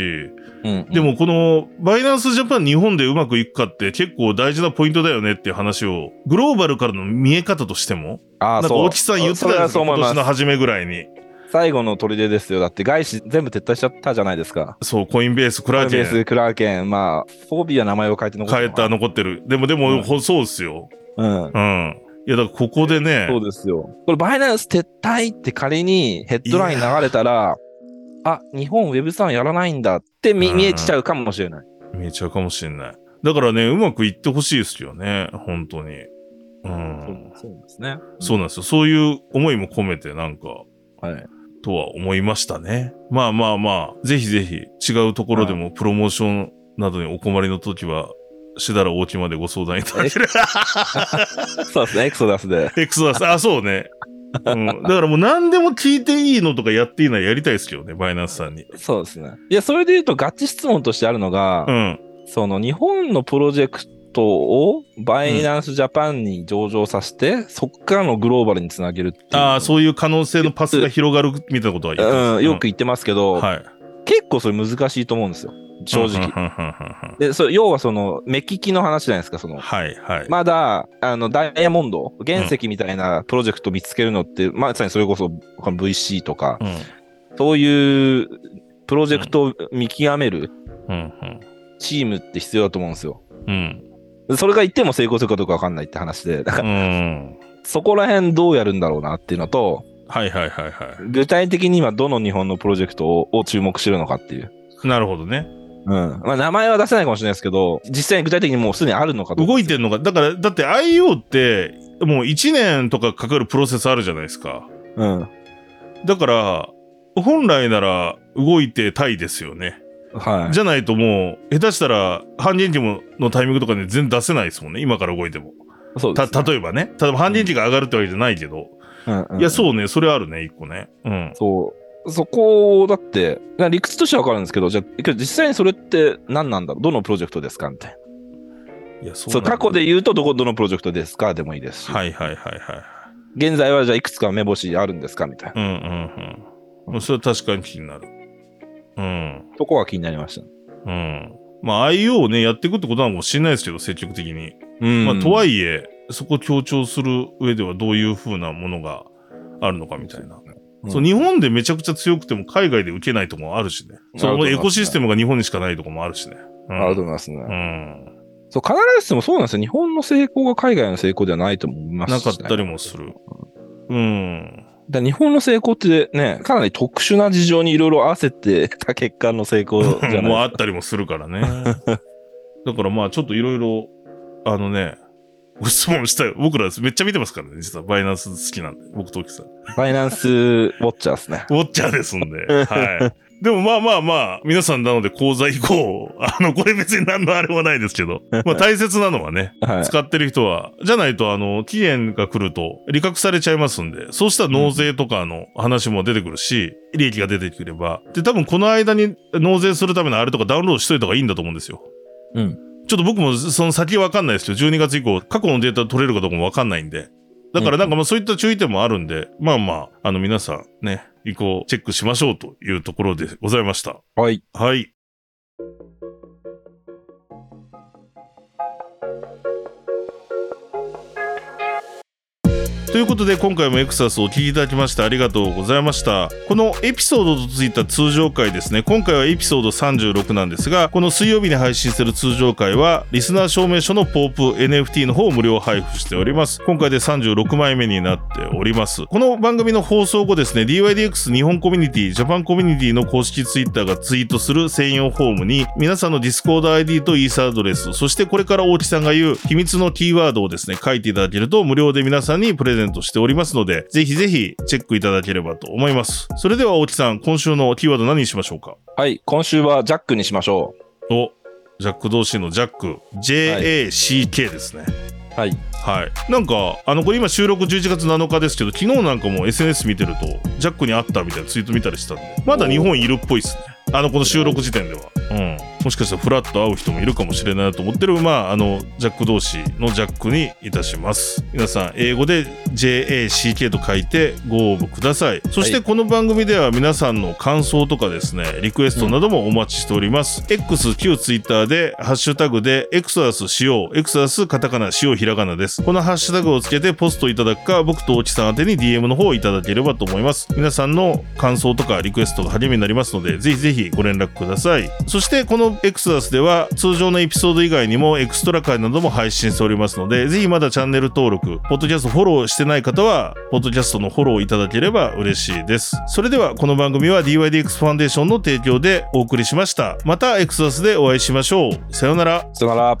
S2: うんうん。
S1: でもこの、バイナンスジャパン日本でうまくいくかって結構大事なポイントだよねっていう話を、グローバルからの見え方としても、
S2: あ
S1: な
S2: あ、
S1: んか、
S2: そう。
S1: 大木さん言ってた
S2: そ
S1: じ
S2: れ
S1: ゃない
S2: は
S1: ですか、
S2: そう思
S1: 今
S2: いま
S1: 年
S2: す
S1: の。初めぐらいに。
S2: 最後の砦ですよ。だって外資全部撤退しちゃったじゃないですか。
S1: そう、コインベース、ク
S2: ク
S1: ラーケ
S2: ベース、
S1: ン、
S2: クラーケン、まあ、フォービーは名前を変えて残って
S1: 変
S2: る
S1: え
S2: のか
S1: た、
S2: な。
S1: 残ってる。でも、でも、
S2: うん
S1: ほそうっすよ。
S2: うん。
S1: うん。いや、だからここでね、
S2: そうですよ。これ、バイナンス撤退って仮にヘッドライン流れたら、あ、日本 Web3 やらないんだって見
S1: うん
S2: 見えちゃうかもしれない。
S1: 見えちゃうかもしれない。だからね、うまくいってほしいですよね、本当に。うん。
S2: そうそうですね。
S1: そうなんですよ。そういう思いも込めて、なんか、
S2: はい。
S1: とは思いましたね。まあまあまあ、ぜひぜひ違うところでもプロモーションなどにお困りの時は、しだら大きまでご相談いただける。
S2: そうですね、エクソダスで。
S1: エクソダス、あ、そうね。うん、だからもう何でも聞いていいのとかやっていいのはやりたいですけどね、バイナンスさんに。
S2: そうですね。いや、それで言うと、ガチ質問としてあるのが、
S1: うん。
S2: その日本のプロジェクトをバイナンスジャパンに上場させて、そっからのグローバルにつなげるっていう。
S1: ああ、そういう可能性のパスが広がるみたいなことは言ってます
S2: うん、よく言ってますけど、
S1: はい。
S2: 結構それ難しいと思うんですよ。正
S1: うんう
S2: 直。
S1: んうんうん
S2: で、それ要はその、目利きの話じゃないですか、その。
S1: はいはい。
S2: まだ、あの、ダイヤモンド、原石みたいなプロジェクト見つけるのって、まさにそれこそ、この VC とか、
S1: うん
S2: そういうプロジェクトを見極める
S1: うん
S2: チームって必要だと思うんですよ。
S1: うんうん
S2: でそれが言っても成功するかどうかわかんないって話で、 だから
S1: うん
S2: そこら辺どうやるんだろうなっていうのと、
S1: はいはいはいは
S2: 具体的に今どの日本のプロジェクトをを注目してるのかっていう。
S1: い。なるほどね。
S2: うん。まあ名前は出せないかもしれないですけど、実際に具体的にもうすでにあるのかどうか。
S1: 動いてんのが、だから、だって IO って、もう1年とかかかるプロセスあるじゃないですか。
S2: うん。
S1: だから、本来なら動いてたいですよね。
S2: はい。
S1: じゃないともう、下手したら、半減期ものタイミングとかで全然出せないですもんね。今から動いても。
S2: そうで
S1: た、
S2: すね、
S1: 例えばね。ただ、半減期が上がるってわけじゃないけど。いや、
S2: う
S1: そうね。それあるね、一個ね。うん
S2: ん。。そう。そこを、だって、な理屈としてはわかるんですけど、じゃあ、けど実際にそれって何なんだろうどのプロジェクトですかみたいな。
S1: いや、そ
S2: そう、過去で
S1: う
S2: 言うと、どこ、どのプロジェクトですかでもいいですし、
S1: なんだよ。はいはいはいはい。
S2: 現在はじゃあ、いくつか目星あるんですかみたいな。
S1: うんうんうんうん。それは確かに気になる。うん。
S2: とこが気になりました。
S1: うん。まあ IO をね、やっていくってことなのかもしれないですけど、積極的に。
S2: うん
S1: まあとはいいえ、そこ強調する上ではどういう風なものがあるのかみたいな。
S2: うん
S1: そう、日本でめちゃくちゃ強くても海外で受けないとこもあるしね。そ
S2: あると
S1: の
S2: 思いますね
S1: エコシステムが日本にしかないとこもあるしね。う
S2: え
S1: ん
S2: あると思いますね。
S1: うん。
S2: そう、必ずしもそうなんですよ。日本の成功が海外の成功ではないと思います、ね。
S1: なかったりもする。うん。
S2: だ日本の成功ってね、かなり特殊な事情にいろいろ合わせてた結果の成功じゃないですか。
S1: もうあったりもするからね。だからまあちょっといろいろ、あのね、ご質問したい。僕らですめっちゃ見てますからね、実は。バイナンス好きなんで、僕ときさん。
S2: バイナンスウォッチャーですね。
S1: ウォッチャーですんで。は い。でもまあまあまあ、皆さんなので講座以降、あの、これ別に何のあれもないですけど、まあ大切なのはね、
S2: はい。
S1: 使ってる人は、じゃないとあの、期限が来ると、利確されちゃいますんで、そうしたら納税とかの話も出てくるし、利益が出てくれば、で、多分この間に納税するためのあれとかダウンロードしといた方がいいんだと思うんですよ。
S2: うん。
S1: ちょっと僕もその先わかんないですけど、12月以降、過去のデータ取れるかどうかもわかんないんで。だからなんかまあそういった注意点もあるんで、まあまあ、あの皆さんね、以降チェックしましょうというところでございました。
S2: はい。
S1: はい。ということで今回もエクサスをお聞きいただきましてありがとうございましたこのエピソードとついた通常回ですね今回はエピソード36なんですがこの水曜日に配信する通常回はリスナー証明書のポープ NFT の方を無料配布しております今回で36枚目になっておりますこの番組の放送後ですね DYDX 日本コミュニティジャパンコミュニティの公式ツイッターがツイートする専用フォームに皆さんのディスコード ID とイーサアドレスそしてこれから大木さんが言う秘密のキーワードをですね書いていただけると無料で皆さんにプレゼントしておりますのでぜひぜひチェックいただければと思いますそれでは大木さん今週のキーワード何にしましょうか
S2: はい、今週はジャックにしましょ
S1: おジャック同士のジャック JACK ですね
S2: う。はい。
S1: はい、なんかあのこれ今収録11月7日ですけど昨日なんかも SNS 見てるとジャックに会ったみたいなツイート見たりしたんでまだ日本いるっぽいですねあのこの収録時点では、うん、もしかしたらフラッと会う人もいるかもしれないなと思ってるまああのジャック同士のジャックにいたします皆さん英語で JACK と書いてご応募くださいそし
S2: は
S1: てこの番組では皆さんの感想とかですねリクエストなどもお待ちしております、X 旧 Twitter でハッシュタグでエクサスしようエクサスカタカナしようひらがなですこのハッシュタグをつけてポストいただくか僕と大木さん宛てに DM の方をいただければと思います皆さんの感想とかリクエストが励みになりますのでぜひぜひご連絡くださいそしてこのエクサスでは通常のエピソード以外にもエクストラ回なども配信しておりますのでぜひまだチャンネル登録ポッドキャストフォローしてない方はポッドキャストのフォローいただければ嬉しいですそれではこの番組は DYDX ファンデーションの提供でお送りしましたまたエクサスでお会いしましょうさようなら
S2: さよなら。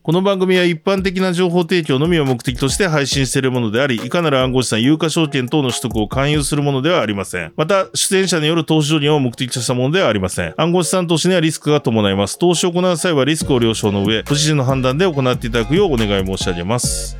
S1: この番組は一般的な情報提供のみを目的として配信しているものであり、いかなる暗号資産、有価証券等の取得を勧誘するものではありません。また、出演者による投資助言を目的としたものではありません。暗号資産投資にはリスクが伴います。投資を行う際はリスクを了承の上、ご自身の判断で行っていただくようお願い申し上げます。